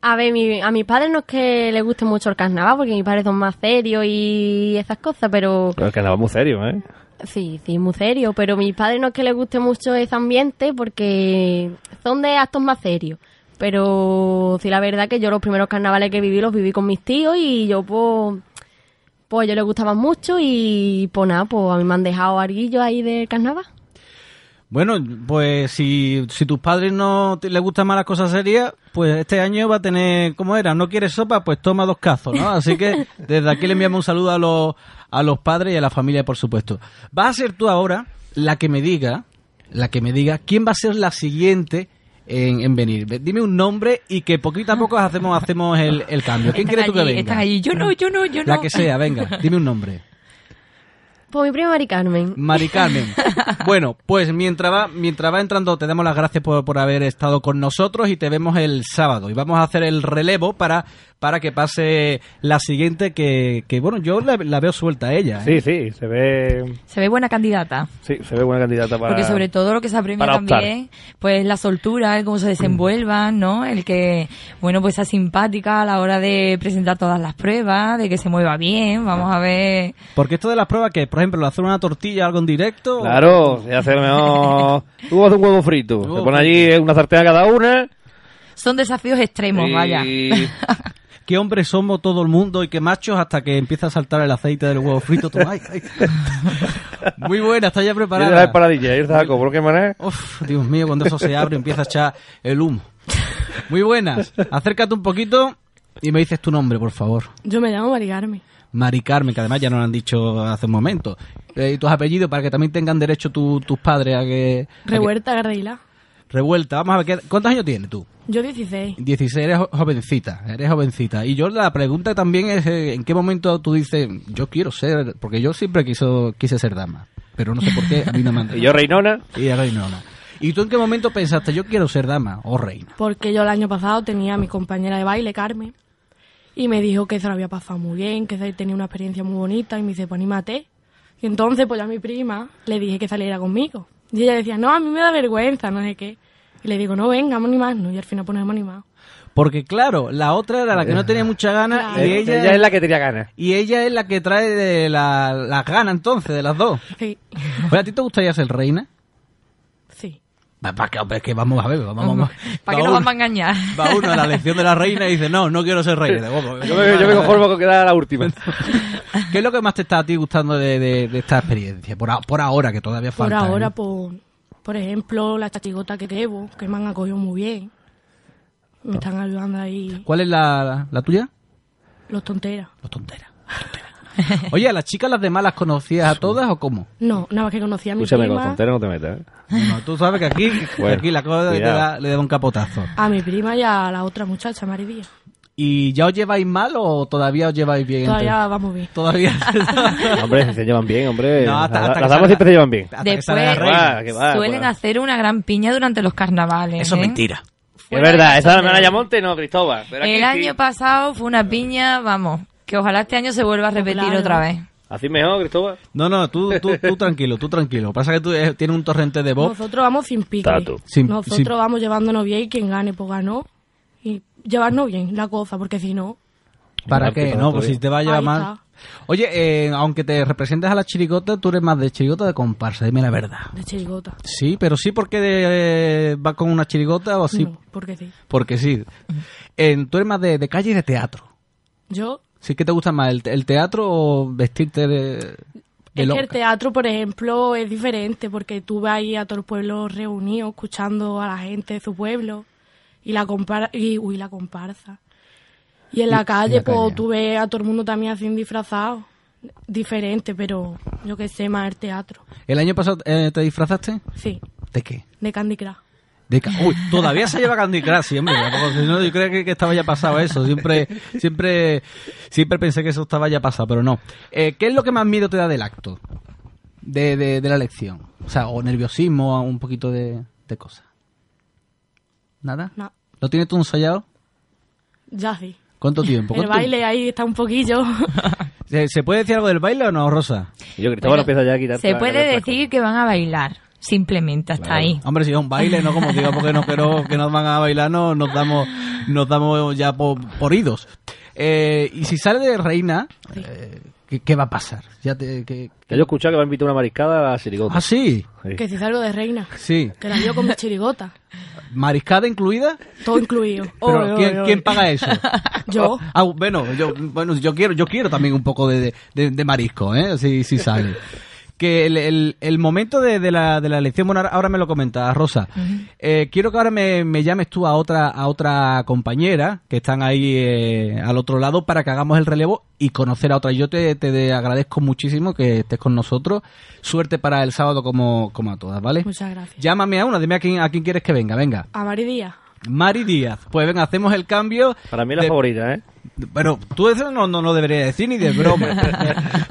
H: A ver, mi- a mis padres no es que les guste mucho el carnaval, porque mis padres son más serios y esas cosas, pero
I: Pero el carnaval es muy serio, ¿eh?
H: sí, sí, muy serio. Pero mis padres no es que les guste mucho ese ambiente, porque son de actos más serios. Pero sí, la verdad que yo los primeros carnavales que viví los viví con mis tíos y yo, pues, pues yo les gustaban mucho y, pues nada, pues a mí me han dejado arguillos ahí del carnaval.
B: Bueno, pues si, si tus padres no te- les gustan más las cosas serias, pues este año va a tener, ¿cómo era? ¿No quieres sopa? Pues toma dos cazos, ¿no? Así que desde aquí le enviamos un saludo a los, a los padres y a la familia, por supuesto. Va a ser tú ahora la que me diga, la que me diga, ¿quién va a ser la siguiente en, en venir? Ve- Dime un nombre y que poquito a poco hacemos, hacemos el, el cambio. ¿Quién
F: Están
B: crees tú que
F: allí,
B: venga?
F: Están allí, yo no, yo no, yo no.
B: La que sea, venga, dime un nombre.
H: Pues mi prima Mari Carmen.
B: Mari Carmen. Bueno, pues mientras va, mientras va entrando, te damos las gracias por, por haber estado con nosotros y te vemos el sábado. Y vamos a hacer el relevo para, para que pase la siguiente, que, que bueno, yo la, la veo suelta a ella. ¿eh?
I: Sí, sí, se ve...
F: Se ve buena candidata.
I: Sí, se ve buena candidata para...
F: Porque sobre todo lo que se apremia
I: para optar. Mm.
F: también, pues la soltura, el cómo se desenvuelvan, ¿no? El que, bueno, pues sea simpática a la hora de presentar todas las pruebas, de que se mueva bien, vamos a ver.
B: Porque esto de las pruebas, que por ejemplo, hacer una tortilla algo en directo.
I: Claro, se hace mejor... Tú haces un huevo frito.
B: Huevo
I: se pone allí una sartén a cada una.
F: Son desafíos extremos,
I: y-
F: vaya.
B: Qué hombres somos todo el mundo y qué machos hasta que empieza a saltar el aceite del huevo frito. Tú, ay, ay. Muy buena, está ya
I: Yo te la
B: preparada.
I: he paradilla, yo te la cobro, ¿qué manera?
B: Uf, Dios mío, cuando eso se abre empieza a echar el humo. Muy buenas. Acércate un poquito y me dices tu nombre, por favor.
H: Yo me llamo Mari Carmen.
B: Mari Carmen, que además ya nos lo han dicho hace un momento. Eh, y tus apellidos para que también tengan derecho tu- tus padres a que... a que-
H: Garreila.
B: Revuelta. Vamos a ver, ¿qué- ¿cuántos años tienes tú?
H: Yo 16.
B: 16, eres jo- jovencita, eres jovencita. Y yo la pregunta también es, eh, ¿en qué momento tú dices, yo quiero ser, porque yo siempre quiso, quise ser dama, pero no sé por qué, a mí no me han
I: Y yo, Reinona,
B: Y a Reynona. ¿Y tú en qué momento pensaste, yo quiero ser dama o reina?
J: Porque yo el año pasado tenía a mi compañera de baile, Carmen, y me dijo que se lo había pasado muy bien, que se- tenía una experiencia muy bonita, y me dice, pues anímate. Y entonces, pues yo a mi prima le dije que saliera conmigo. Y ella decía, no, a mí me da vergüenza, no sé qué. Y le digo, no, venga, vamos a animarnos. Y al final, pues nos hemos animado.
B: Porque claro, la otra era la que no tenía mucha gana
J: Claro.
B: y ella,
I: Eh. es la que tenía ganas.
B: y ella es la que trae de la- las ganas entonces, de las dos.
J: Sí,
B: Oye, ¿a ti te gustaría ser reina?
J: sí.
B: Va, va, que- es que vamos a ver, vamos, vamos.
F: ¿Para qué
B: Va
F: nos
B: uno-
F: vamos a engañar?
B: Va uno a la lección de la reina y dice, no, no quiero ser reina. Digo,
I: Yo me, yo me conformo con quedar a la última.
B: ¿Qué es lo que más te está a ti gustando de, de- de esta experiencia? Por, a- por ahora, que todavía
J: Por
B: falta.
J: ahora,
B: ¿eh?
J: por, por ejemplo, la chachigota que llevo, que me han acogido muy bien. Me están ayudando ahí
B: ¿Cuál es la, la tuya?
J: los tonteras.
B: Los tonteras. tonteras. Oye, ¿a las chicas las demás las conocías a todas o cómo?
J: No, nada más que conocía a mi
I: Escúchame, con
J: prima.
I: tonteras no te metas. ¿eh?
B: No, tú sabes que aquí, que
I: Bueno,
B: aquí la cosa te
I: cuidado.
B: da- le da un capotazo.
J: A mi prima y a la otra muchacha, Maridía.
B: ¿Y ya os lleváis mal o todavía os lleváis bien?
J: Todavía vamos bien.
B: entre- Todavía.
I: Hombre, se llevan bien, hombre.
B: No, hasta-
I: Las-
B: hasta que
I: las damas
B: salga-
I: siempre se llevan bien.
B: Hasta que
F: Después
B: sale la reina.
I: Ah, que va,
F: suelen
I: bueno.
F: hacer una gran piña durante los carnavales.
B: Eso es
F: ¿eh?
B: mentira.
I: Es
F: Fuera de
I: verdad,
F: la
I: esa es la
F: tontería.
I: hermana Yamonte, no, Cristóbal. Pero aquí
F: El
I: sí.
F: año pasado fue una piña, vamos, que ojalá este año se vuelva a repetir
J: Claro.
F: otra vez.
I: Así mejor, Cristóbal.
B: No, no, tú, tú, tú tranquilo, tú tranquilo. Pasa que tú eh, tienes un torrente de voz.
J: Nosotros vamos sin pique.
I: Tato.
B: Sin-
J: Nosotros
B: sin-
J: vamos llevándonos bien y quien gane, pues ganó. Y llevarnos bien la cosa, porque si no,
B: ¿Para
I: Martí,
B: qué?
I: para
B: No,
I: otro
B: pues
I: día.
B: si te va a llevar
J: Ahí
B: mal. Oye, eh, aunque te representes a la chirigota, tú eres más de chirigota o de comparsa, dime la verdad.
J: de chirigota.
B: Sí, pero sí porque de- vas con una chirigota o así.
J: No, porque sí.
B: Porque sí. Eh, tú eres más de, de calle y de teatro.
J: Yo,
B: ¿Sí que te gusta más el, el teatro o vestirte de, de
J: es que
B: loca?
J: el teatro, por ejemplo, es diferente, porque tú vas ahí a todo el pueblo reunido, escuchando a la gente de su pueblo. Y la comparsa. Y, uy, la comparsa. Y en la calle,
B: la
J: pues
B: calle.
J: tú ves a todo el mundo también así disfrazado. Diferente, pero yo que sé, más el teatro.
B: ¿El año pasado eh, te disfrazaste?
J: Sí,
B: ¿De qué?
J: de Candy Crush.
B: De ca- Uy, todavía se lleva Candy Crush, sí, hombre. tampoco- si no, yo creo que, que estaba ya pasado eso. Siempre, siempre, siempre pensé que eso estaba ya pasado, pero no. Eh, ¿Qué es lo que más miedo te da del acto? De, de, de la elección. O sea, o nerviosismo, o un poquito de, de cosas. ¿Nada?
J: No,
B: ¿Lo tienes tú ensayado?
J: ya sí.
B: ¿Cuánto tiempo?
J: El
B: ¿Cuánto-
J: baile ahí está un poquillo.
B: ¿Se, se puede decir algo del baile o no, Rosa?
I: Y yo, Cristóbal,
F: Pero
I: empieza ya a quitar.
F: se puede decir que van a bailar, simplemente hasta ahí.
B: Hombre, si es un baile, no como digo, porque no quiero que nos van a bailar, no, nos damos nos damos ya por, por idos. Eh, y si sale de reina, eh, ¿qué, qué va a pasar? Ya te, que,
I: Que yo he escuchado que va a invitar una mariscada a la Sirigota.
B: ah, sí,
I: Sí.
J: que si salgo de reina.
B: sí.
J: Que la llevo con mi chirigota.
B: ¿Mariscada incluida?
J: Todo incluido.
B: Pero
J: Oy, oy,
B: ¿quién,
J: oy.
B: quién paga eso?
J: Yo.
B: Ah, bueno, yo, bueno, yo quiero, yo quiero también un poco de, de- de marisco, ¿eh? Si, si sale. Que el, el- el momento de, de la, de la elección, bueno, ahora- ahora me lo comentas, Rosa. Eh, quiero que ahora me, me llames tú a otra, a otra compañera que están ahí eh, al otro lado para que hagamos el relevo y conocer a otra. Yo te, te agradezco muchísimo que estés con nosotros. Suerte para el sábado como, como a todas, ¿vale?
J: Muchas gracias.
B: Llámame a una, dime a quién, a quién quieres que venga, venga.
J: A Mari Díaz.
B: Mari Díaz. Pues venga, hacemos el cambio.
I: Para mí es la
B: De-
I: favorita, ¿eh?
B: bueno, tú eso no, no lo deberías decir ni de broma.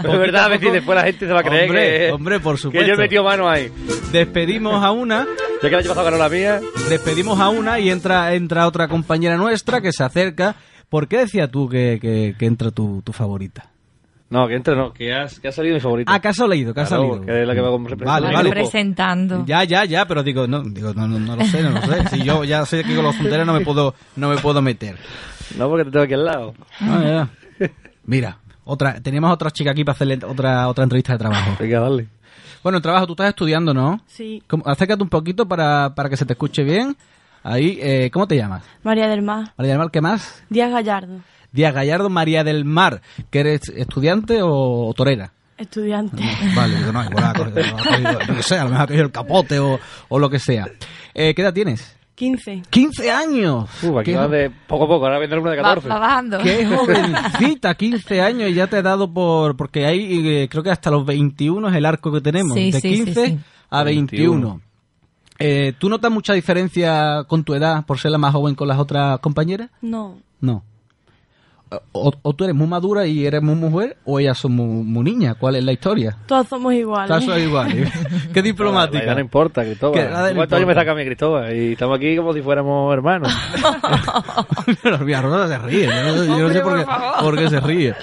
I: Pero es verdad, a ver si después la gente se va a creer
B: Hombre,
I: que,
B: hombre, por
I: que yo
B: supuesto.
I: he metido mano ahí.
B: Despedimos a una,
I: Ya que la he pasado ganó la mía.
B: despedimos a una y entra, entra otra compañera nuestra que se acerca. ¿Por qué decía tú que, que- que entra tu, tu favorita?
I: No, que entre no, que ha que ha salido mi favorita.
B: Ah, que has leído, que has
I: Claro,
B: salido.
I: que es la que va a representar
B: Vale,
I: al
B: vale.
I: grupo.
F: Presentando.
B: Ya, ya, ya, pero digo, no, digo, no, no, no lo sé, no lo sé. Si yo ya sé que con los fronteras no me puedo, no me puedo meter.
I: No, porque te tengo aquí al lado.
B: Ah, ya. Mira, otra, teníamos otra chica aquí para hacerle otra, otra entrevista de trabajo.
I: Venga, dale.
B: Bueno, trabajo, tú estás estudiando, ¿no?
J: Sí.
B: ¿Cómo- Acércate un poquito para, para que se te escuche bien. Ahí, eh, ¿cómo te llamas?
J: María del Mar.
B: María del Mar, ¿qué más?
J: Díaz Gallardo.
B: Díaz Gallardo, María del Mar, que eres estudiante o, o torera.
J: Estudiante.
B: Vale, digo, no, igual ha cogido- ha cogido, yo qué sé, a lo mejor ha cogido el capote o, o lo que sea. Eh, ¿Qué edad tienes?
J: 15.
B: 15 años.
I: Uh, aquí
B: qué,
I: va de poco a poco, ahora vendrá una de
F: Va,
I: 14.
F: va bajando.
B: qué jovencita, 15 años y ya te he dado por... Porque ahí eh, creo que hasta los 21 es el arco que tenemos.
F: Sí,
B: de
F: sí, sí,
B: 15
F: sí.
B: a 21. Eh, ¿Tú notas mucha diferencia con tu edad por ser la más joven con las otras compañeras?
J: No.
B: No. o, o tú eres muy madura y eres muy mujer, o ellas son muy, muy niñas. ¿Cuál es la historia?
I: Todas somos iguales.
B: Todas son iguales. eh,
C: La
B: Qué
C: edad
B: diplomática.
C: no importa, Cristóbal.
B: Que nada le
C: ¿Cuántos años me
B: importa.
C: saca a mí, Cristóbal? Y estamos aquí como si fuéramos hermanos.
B: Ah, Pero Villarroel se ríe. Yo no, yo no sé por qué, por qué se ríe.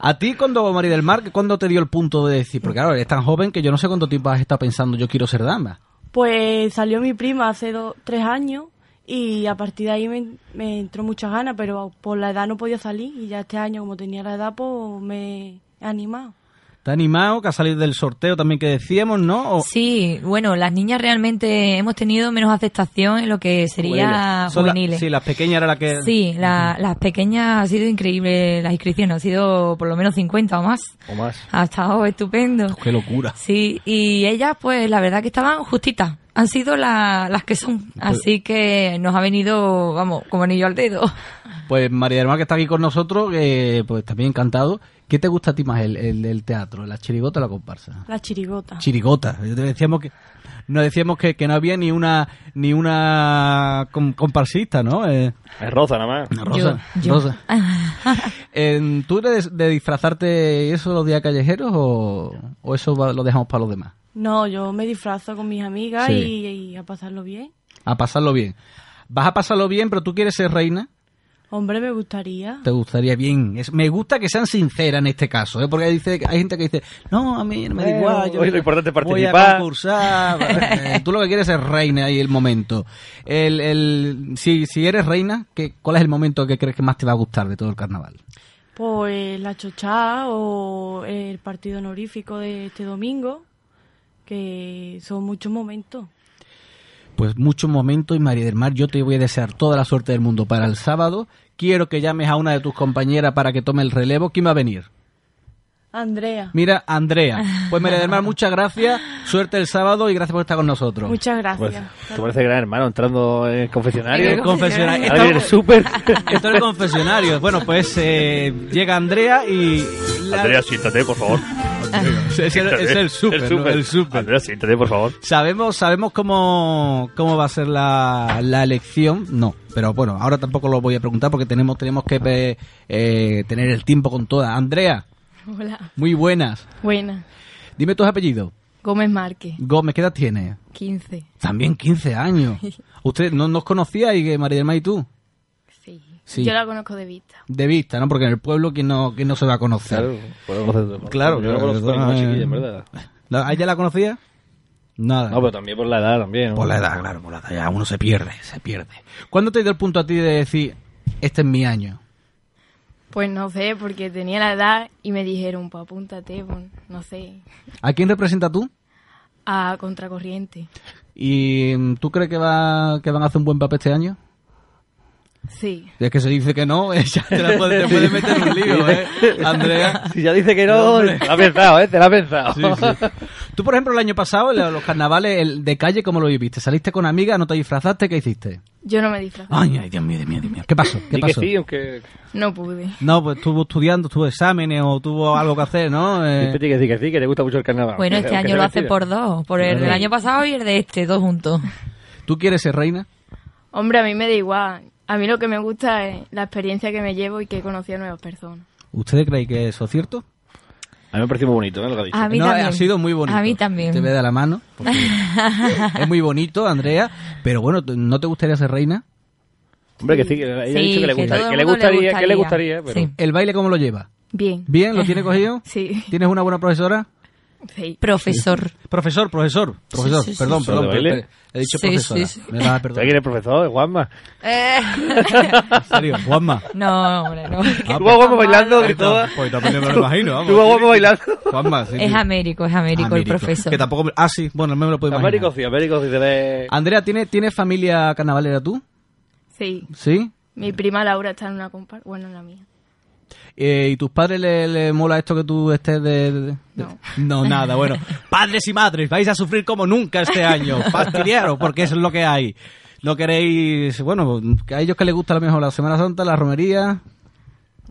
B: A ti, cuando María del Mar, ¿cuándo te dio el punto de decir? Porque claro, eres tan joven que yo no sé cuánto tiempo has estado pensando, yo quiero ser dama.
I: Pues salió mi prima hace dos, tres años y a partir de ahí me, me entró muchas ganas, pero por la edad no podía salir y ya este año como tenía la edad pues me he animado.
B: ¿Te has animado que has salido del sorteo también que decíamos, no? O-
F: Sí, bueno, las niñas realmente hemos tenido menos aceptación en lo que sería
B: Son la-
F: juveniles.
B: sí, las pequeñas era la que...
F: Sí, la- las pequeñas ha sido increíble las inscripciones, han sido por lo menos 50 o más.
C: O más.
F: Ha estado estupendo.
B: Qué locura.
F: Sí, y ellas pues la verdad que estaban justitas, han sido la- las que son,
B: Pues
F: así que nos ha venido, vamos, como anillo al dedo.
B: Pues María del Mar, que está aquí con nosotros, eh, pues también encantado. ¿Qué te gusta a ti más, el, el- el teatro, la chirigota o la comparsa?
I: La chirigota.
B: Chirigota. Yo te- Decíamos que, nos decíamos que, que no había ni una ni una com- comparsista, ¿no? Eh,
C: Es rosa nada más.
B: Rosa.
F: Yo- yo.
B: Rosa. Eh, ¿Tú eres de disfrazarte y eso los días callejeros o, o eso va- lo dejamos para los demás?
I: No, yo me disfrazo con mis amigas
B: Sí.
I: y, y a pasarlo bien.
B: A pasarlo bien. Vas a pasarlo bien, pero tú quieres ser reina.
I: Hombre, me gustaría.
B: Te gustaría bien. Es- me gusta que sean sinceras en este caso, ¿eh? porque hay, dice, hay gente que dice, no, a mí no me da
C: Bueno,
B: igual. Yo
C: hoy lo importante es
B: Voy a
C: participar".
B: concursar. Eh, Tú lo que quieres es reina y el momento. El, el- si, si eres reina, ¿qué, ¿cuál es el momento que crees que más te va a gustar de todo el carnaval?
I: Pues la chochá o el partido honorífico de este domingo, que son muchos momentos.
B: Pues muchos momentos y María del Mar, yo te voy a desear toda la suerte del mundo para el sábado. Quiero que llames a una de tus compañeras para que tome el relevo. ¿Quién va a venir?
I: Andrea,
B: Mira, Andrea. Pues María del Mar, muchas gracias. Suerte el sábado y gracias por estar con nosotros.
I: muchas
C: Pues,
I: gracias.
C: tú pareces gran hermano entrando en el
F: En
C: confesionario.
F: el confesionario.
C: Ahora viene el súper.
B: Esto es el confesionario. Bueno, pues eh, llega Andrea y... la-
C: siéntate, por favor.
B: es, el- es el súper, ¿no? El súper.
C: siéntate, por favor.
B: Sabemos, sabemos cómo, cómo va a ser la, la elección, no, pero bueno, ahora tampoco lo voy a preguntar porque tenemos, tenemos que eh, eh, tener el tiempo con todas. Andrea,
K: Hola.
B: muy buenas.
K: Buena.
B: Dime tus apellidos.
K: Gómez Márquez,
B: Gómez, ¿qué edad tienes?
K: 15.
B: También 15 años. ¿Usted no nos conocía y que María del Mar y tú?
K: Sí.
B: Sí.
K: Yo la conozco de vista.
B: De vista, ¿no? Porque en el pueblo que no, que no se va a conocer.
C: Claro, podemos hacer-
B: Claro,
C: Yo no conozco a ninguna
B: eh,
C: chiquilla, en verdad.
B: ¿La- ¿A ella la conocía? Nada.
C: No, pero también por la edad, también. ¿no?
B: Por la edad, claro, por la edad. Ya uno se pierde, se pierde. ¿Cuándo te dio el punto a ti de decir, este es mi año?
K: Pues no sé, porque tenía la edad y me dijeron, pues apúntate, pues, no sé,
B: ¿A quién representa tú?
K: a contracorriente.
B: ¿Y mm, tú crees que, va, que van a hacer un buen papel este año?
K: Sí.
B: Si es que se dice que no, eh, ya te la puedes, te puedes meter en un lío, ¿eh, Andrea?
C: Si ya dice que no, te la ha pensado, ¿eh? Te la ha pensado.
B: Sí, sí. Tú, por ejemplo, el año pasado, en los carnavales el de calle, ¿cómo lo viviste? ¿Saliste con amigas, no te disfrazaste? ¿Qué hiciste?
K: Yo no me disfrazé.
B: Ay, ay, Dios mío, Dios mío, Dios mío. ¿Qué pasó? ¿Qué
C: Di que
B: pasó?
C: sí, aunque...
K: No pude.
B: No, pues estuvo estudiando, tuvo exámenes o tuvo algo que hacer, ¿no? Eh,
C: Siempre di que sí, que sí, que te gusta mucho el
B: Ah,
C: carnaval.
F: Bueno,
C: Que-
F: este
C: que
F: año
C: sea
F: lo hace
C: mentira.
F: por dos, por el del año pasado y el de este, dos juntos.
B: ¿Tú quieres ser reina?
K: Hombre, a mí me da igual. A mí lo que me gusta es la experiencia que me llevo y que he conocido a nuevas personas.
B: ¿Ustedes creen que eso es cierto?
C: A mí me pareció muy bonito, ¿eh? Lo que ha dicho.
F: A mí
B: no,
F: también.
B: ha sido muy bonito.
F: A mí también.
B: Te me da la mano. porque es muy bonito, Andrea. Pero bueno, ¿no te gustaría ser reina?
C: Hombre, que sí, que ella ha
F: Sí,
C: dicho que le,
F: que
C: gusta-
F: todo el
C: que le
F: mundo le
C: gustaría, que le
F: gustaría.
C: gustaría, pero...
F: Sí.
B: ¿El baile cómo lo lleva?
K: Bien.
B: ¿Bien? ¿Lo tiene cogido?
K: Sí.
B: ¿Tienes una buena profesora?
K: Sí.
F: Profesor.
B: Profesor, profesor, profesor.
F: sí, sí,
B: perdón,
F: sí.
B: perdón.
C: ¿Sobre baile?
B: per- per- he dicho
F: Sí,
B: profesora.
F: sí, sí.
B: Me va
C: ¿Sabes
B: a
C: quién
B: perdonar.
C: es el profesor? Juanma.
F: Eh,
B: En serio, Juanma.
F: no, hombre, no.
C: Estuvo Juanma bailando, gritó.
B: Pues también me lo imagino,
C: Estuvo Juanma bailando.
B: Juanma, sí.
F: Es
B: sí.
F: Américo, es Américo, el
B: Américo.
F: profesor.
B: Que tampoco... me- Ah, sí, bueno, me lo puedo imaginar.
C: Américo sí, Américo sí se ve...
B: Andrea, ¿tienes, ¿tienes familia carnavalera tú?
K: Sí.
B: ¿Sí?
K: Mi prima Laura está en una comparsa. Bueno, en la mía.
B: Eh, ¿Y tus padres le, le mola esto que tú estés de...? de-
K: No.
B: No, nada, bueno. Padres y madres, vais a sufrir como nunca este año. Fastidiaros, porque eso es lo que hay. No queréis... Bueno, a ellos que les gusta a lo mejor la Semana Santa, la romería...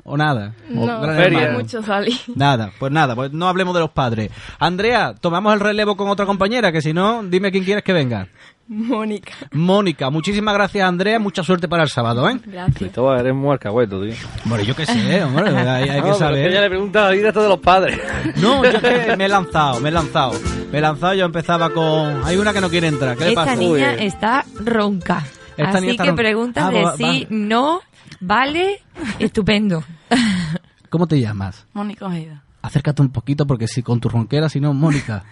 B: o nada. O
L: No,
B: Gran
L: no
B: Hermano.
L: mucho salí.
B: Nada, pues nada, pues no hablemos de los padres. Andrea, tomamos el relevo con otra compañera, que si no, dime quién quieres que venga.
L: Mónica.
B: Mónica, muchísimas gracias Andrea, mucha suerte para el sábado, ¿eh?
L: Gracias.
I: Cristóbal, eres muy arcahueto, tío.
B: Bueno, yo qué sé, hombre, hay, hay
I: No,
B: que
I: pero es
B: saber.
I: Ella le pregunta la vida esto de los padres.
B: No, yo que me he lanzado, me he lanzado. Me he lanzado, yo empezaba con... Hay una que no quiere entrar, ¿qué le
F: Esta
B: pasa?
F: niña
I: Eh.
B: Uy,
F: está ronca.
B: Esta
F: Así
B: niña está
F: que
B: ronca.
F: preguntas
B: Ah,
F: de
B: va-
F: sí, no, vale, estupendo.
B: ¿Cómo te llamas?
M: Mónica Ojeda.
B: Acércate un poquito porque si con tu ronquera, si no, Mónica.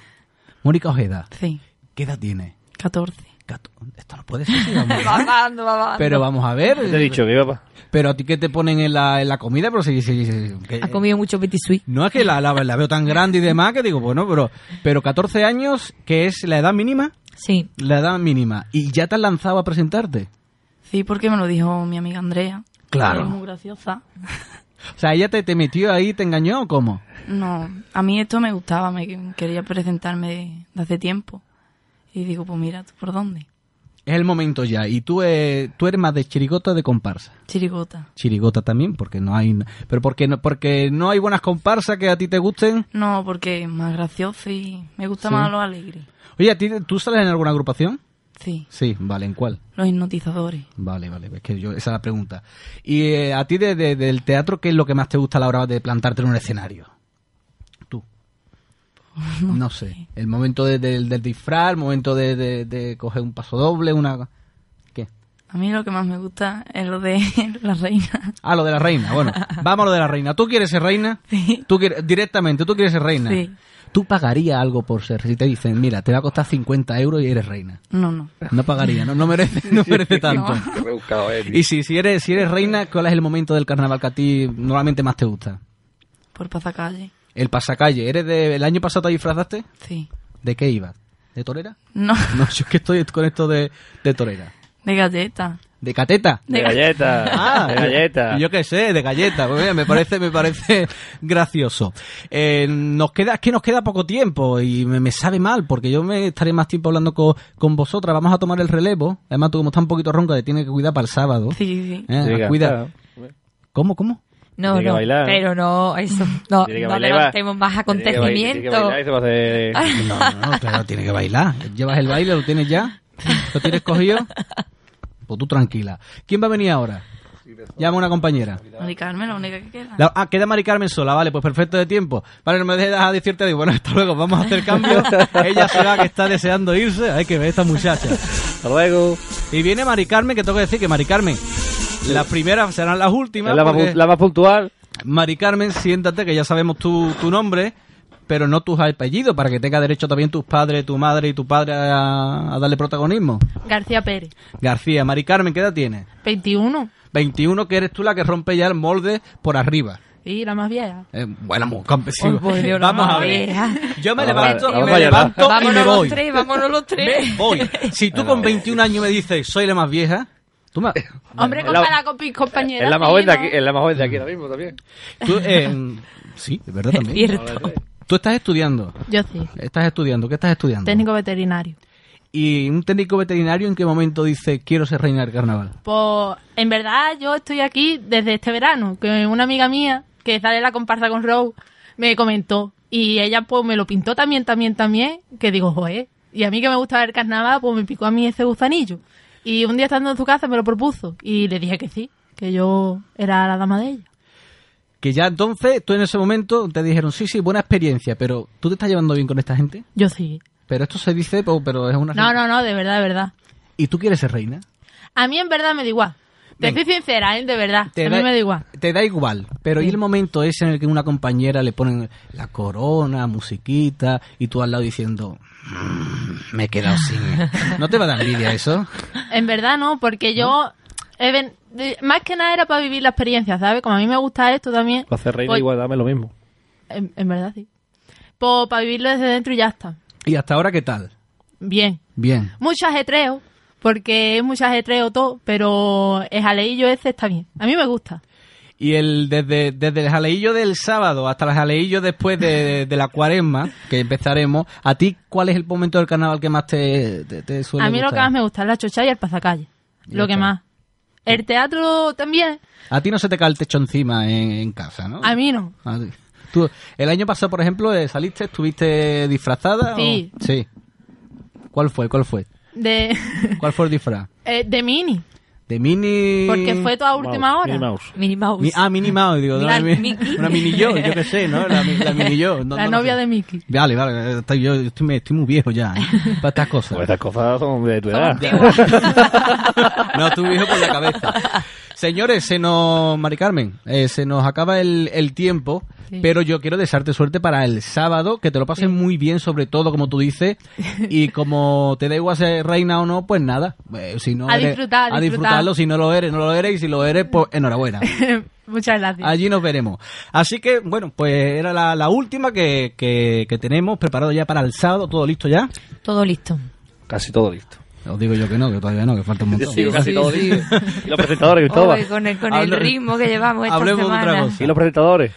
B: Mónica Ojeda,
M: Sí,
B: ¿qué edad tiene?
M: 14.
B: Cato- Esto no puede ser. sí, vamos.
F: Babando, babando.
B: Pero vamos a
I: Te he
B: ver.
I: dicho que papá.
B: Pero a ti que te ponen en la, en la comida, pero sí, sí, sí, sí, que-
F: Ha comido mucho petit suisse.
B: No es que la, la- la veo tan grande y demás que digo, bueno, pero, pero 14 años, que es la edad mínima,
F: Sí.
B: la edad mínima. Y ya te has lanzado a presentarte.
M: Sí, porque me lo dijo mi amiga Andrea.
B: Claro.
M: Es muy graciosa.
B: O sea, ella te, te metió ahí, te engañó o cómo?
M: No, a mí esto me gustaba, me quería presentarme de, de hace tiempo. Y digo, pues mira, ¿tú por dónde?
B: Es el momento ya. Y tú, eh, tú eres más de chirigota o de comparsa.
M: Chirigota.
B: Chirigota también, porque no hay. Pero porque no, porque no hay buenas comparsas que a ti te gusten.
M: No, porque es más gracioso y me gusta
B: Sí.
M: más lo alegre.
B: Oye, ¿a ti, ¿tú sales en alguna agrupación?
M: Sí,
B: Sí, vale, ¿en cuál?
M: los hipnotizadores.
B: Vale, vale, es que yo, esa es la pregunta. ¿Y eh, a ti de- de- del teatro qué es lo que más te gusta a la hora de plantarte en un escenario? Tú. No, sé. El momento de- del- del disfraz, el momento de, de- de coger un paso doble, una... ¿Qué?
M: A mí lo que más me gusta es lo de la reina.
B: Ah, lo de la reina. Bueno, vamos a lo de la reina. ¿Tú quieres ser reina?
M: Sí.
B: Tú quieres, directamente, tú quieres ser reina.
M: Sí.
B: ¿Tú pagarías algo por ser? Si te dicen, mira, te va a costar 50 euros y eres reina.
M: No, no.
B: No pagaría, no, no merece, no merece tanto.
I: Qué rebuscado es, tío.
B: Y si, si eres, si eres reina, ¿cuál es el momento del carnaval que a ti normalmente más te gusta?
M: Por pasacalle.
B: El pasacalle. ¿Eres de, el año pasado te disfrazaste?
M: Sí.
B: ¿De qué ibas? ¿De torera?
M: No.
B: No, yo es que estoy con esto de, de torera.
M: De galleta.
B: ¿De cateta? Ah,
I: De galleta. de galleta.
B: Yo qué sé, de galleta. Pues mira, me parece, me parece gracioso. Eh, nos queda, es que nos queda poco tiempo y me, me sabe mal porque yo me estaré más tiempo hablando con, con vosotras. Vamos a tomar el relevo. Además, tú como estás un poquito ronca, te tienes que cuidar para el sábado.
M: Sí, sí.
B: Eh,
I: Llega,
B: cuida.
I: claro.
B: ¿Cómo, cómo?
F: No,
I: Tiene que
F: no, Eh,
I: bailar. ¿eh?
F: pero no, eso. No,
I: Tiene que
F: no
I: bailar y va-
F: levantemos más
I: tiene que bailar- tiene que
F: acontecimientos.
I: bailar y se va a hacer-
B: No, no, no, claro, tiene que bailar. Llevas el baile, lo tienes ya, lo tienes cogido. Pues tú tranquila. ¿Quién va a venir ahora? Llama a una compañera.
M: Mari Carmen, la única que queda.
B: La- ah, queda Mari Carmen sola, vale, pues perfecto de tiempo. Vale, no me dejes a decirte, digo, bueno, hasta luego, vamos a hacer cambio. Ella se va que está deseando irse, hay que ver esta muchacha.
I: Hasta luego.
B: Y viene Mari Carmen, que tengo que decir que Mari Carmen, las primeras serán las últimas.
I: Es la más,
B: porque-
I: pu- la más puntual.
B: Mari Carmen, siéntate, que ya sabemos tu, tu nombre, pero no tus apellidos, para que tenga derecho también tus padres, tu madre y tu padre a, a darle protagonismo.
H: García Pérez.
B: García, Mari Carmen, ¿qué edad tienes?
M: 21.
B: 21, que eres tú la que rompe ya el molde por arriba.
M: Y la más vieja.
B: Eh, bueno, muy campesino.
F: Os
L: Pues
F: volvió la
B: Pues, Vamos a ver.
F: madera.
B: Yo me
I: Vamos a-
B: levanto,
I: vamos
B: me
I: a llorar.
B: levanto y me
F: Vámonos los
B: voy.
F: tres, vámonos los tres.
B: Voy. Si tú con 21 años me dices, soy la más vieja, tú me-
L: Hombre,
I: Es la-
L: comparada con mis compañeras.
I: Es la más
L: sí,
I: joven de
L: ¿no?
I: aquí, es la más joven de aquí ahora mismo también.
B: tú, eh, sí, es verdad
F: Es
B: también.
F: cierto.
B: Tú estás estudiando.
L: Yo sí.
B: Estás estudiando. ¿Qué estás estudiando?
L: Técnico veterinario.
B: ¿Y un técnico veterinario en qué momento dice quiero ser reina del carnaval?
L: Pues en verdad yo estoy aquí desde este verano, que una amiga mía que sale en la comparsa con Row me comentó y ella pues me lo pintó también, también, también, que digo, joder, y a mí que me gusta ver carnaval, pues me picó a mí ese gusanillo. Y un día estando en su casa me lo propuso y le dije que sí, que yo era la dama de ella.
B: Que ya entonces, tú en ese momento te dijeron, sí, sí, buena experiencia, pero ¿tú te estás llevando bien con esta gente?
L: Yo sí.
B: Pero esto se dice, pero, pero es una...
L: No, no, no, de verdad, de verdad.
B: ¿Y tú quieres ser reina?
L: A mí en verdad me da igual. Te
B: Venga.
L: soy sincera, ¿eh? de verdad. a mí me da igual.
B: Te da igual, pero ¿y el momento ese en el que una compañera le ponen la corona, musiquita, y tú al lado diciendo, "Mm, me he quedado sin... ¿No te va a dar envidia eso?
L: En verdad no, porque yo... he ven- de- más que nada era para vivir la experiencia, ¿sabes? Como a mí me gusta esto también.
I: Para hacer reina
L: pues-
I: igual, dame lo mismo.
L: En, en verdad sí. Pues para vivirlo desde dentro y ya está.
B: ¿Y hasta ahora qué tal?
L: Bien.
B: Bien.
L: Mucho ajetreo, porque es mucho ajetreo todo, pero el jaleillo ese está bien. A mí me gusta.
B: Y el desde, desde el jaleillo del sábado hasta el jaleillo después de, de la cuaresma, que empezaremos, ¿a ti cuál es el momento del carnaval que más te, te, te suele
L: A mí lo que
B: gustar?
L: más me gusta es la chocha y el pasacalle.
B: Pues Ya
L: Lo que
B: está.
L: más. El teatro también,
B: A ti no se te cae el techo encima en, en casa, ¿no?
L: a mí no.
B: Ah, sí. Tú, el año pasado, por ejemplo, eh, saliste, estuviste disfrazada. o-
L: Sí.
B: Sí. ¿Cuál fue? ¿Cuál fue?
L: De,
B: ¿Cuál fue el disfraz?
L: eh, de mini,
B: De Mini.
L: porque fue toda última hora. Mini Mouse.
B: Mm. Mi- ah, Mini Mouse, digo.
L: Mira,
B: no, mi-
L: Mickey.
B: una Mini yo, yo qué sé, ¿no? La, mi- la Mini yo. no-
L: la
B: no lo
L: novia
B: sé.
L: de Mickey.
B: Vale, vale, eh, estoy- yo estoy, me- estoy muy viejo ya, ¿eh? Para estas cosas. Pues
I: estas cosas son de tu edad.
B: no, estoy viejo por la cabeza. Señores, se nos, Mari Carmen, eh, se nos acaba el, el tiempo,
L: Sí.
B: pero yo quiero desearte suerte para el sábado, que te lo pases muy bien, sobre todo, como tú dices, y como te da igual ser reina o no, pues nada. eh, si no
L: A
B: eres-
L: disfrutar,
B: a
L: disfrutar.
B: disfrutarlo, si no lo eres, no lo eres, y si lo eres, pues enhorabuena.
L: Muchas gracias.
B: Allí nos veremos. Así que, bueno, pues era la, la última que, que- que tenemos preparado ya para el sábado. ¿Todo listo ya?
F: Todo listo.
I: Casi todo listo.
B: Os digo yo que no, que todavía no, que falta un montón.
I: Sí, casi todo
F: sí.
I: listo. Y los presentadores, Cristóbal.
F: Hoy, con el, con el
B: Hablo-
F: ritmo que llevamos esta semana.
I: ¿Y los presentadores?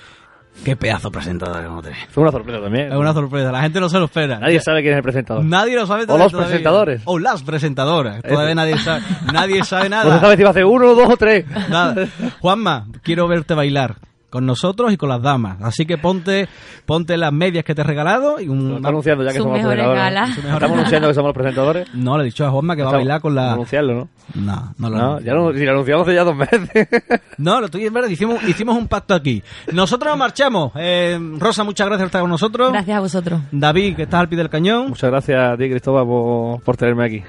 B: Qué pedazo presentador que vamos a tener.
I: Fue una sorpresa también.
B: Es una sorpresa, la gente no se lo espera.
I: Nadie sabe quién es el presentador.
B: Nadie lo sabe
I: O los
B: todavía.
I: presentadores.
B: O las presentadoras. Todavía
I: Eso.
B: nadie sabe, nadie sabe nada.
I: No se sabe si va a ser uno, dos o tres.
B: Nada. Juanma, quiero verte bailar con nosotros y con las damas. Así que ponte ponte las medias que te he regalado y
I: Lo
B: un
I: está anunciando ya que
F: Sus
I: somos los
F: mejores
I: presentadores.
F: galas.
I: Estamos anunciando que somos los presentadores.
B: No, le he dicho a Juanma que va a
I: Estamos-
B: bailar con la
I: Anunciarlo, ¿no?
B: No, no lo
I: No,
B: anuncio.
I: ya lo, si lo anunciamos hace ya dos meses.
B: No, lo tuyo es verdad, hicimos, hicimos un pacto aquí. Nosotros nos marchamos. Eh, Rosa, muchas gracias por estar con nosotros.
F: Gracias a vosotros.
B: David, que estás al pie del cañón.
I: Muchas gracias a ti, Cristóbal, por, por tenerme aquí.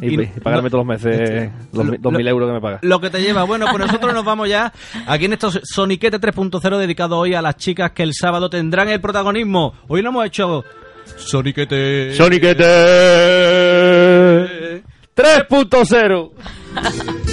I: Y,
B: Y-
I: y pagarme
B: no- este,
I: todos los meses los, mi-
B: Lo-
I: dos mil
B: lo-
I: euros que me pagas.
B: Lo que te lleva. Bueno, pues nosotros nos vamos ya aquí en estos Soniquete 3.0 dedicado hoy a las chicas que el sábado tendrán el protagonismo. Hoy lo hemos hecho Soniquete.
I: Soniquete 3.0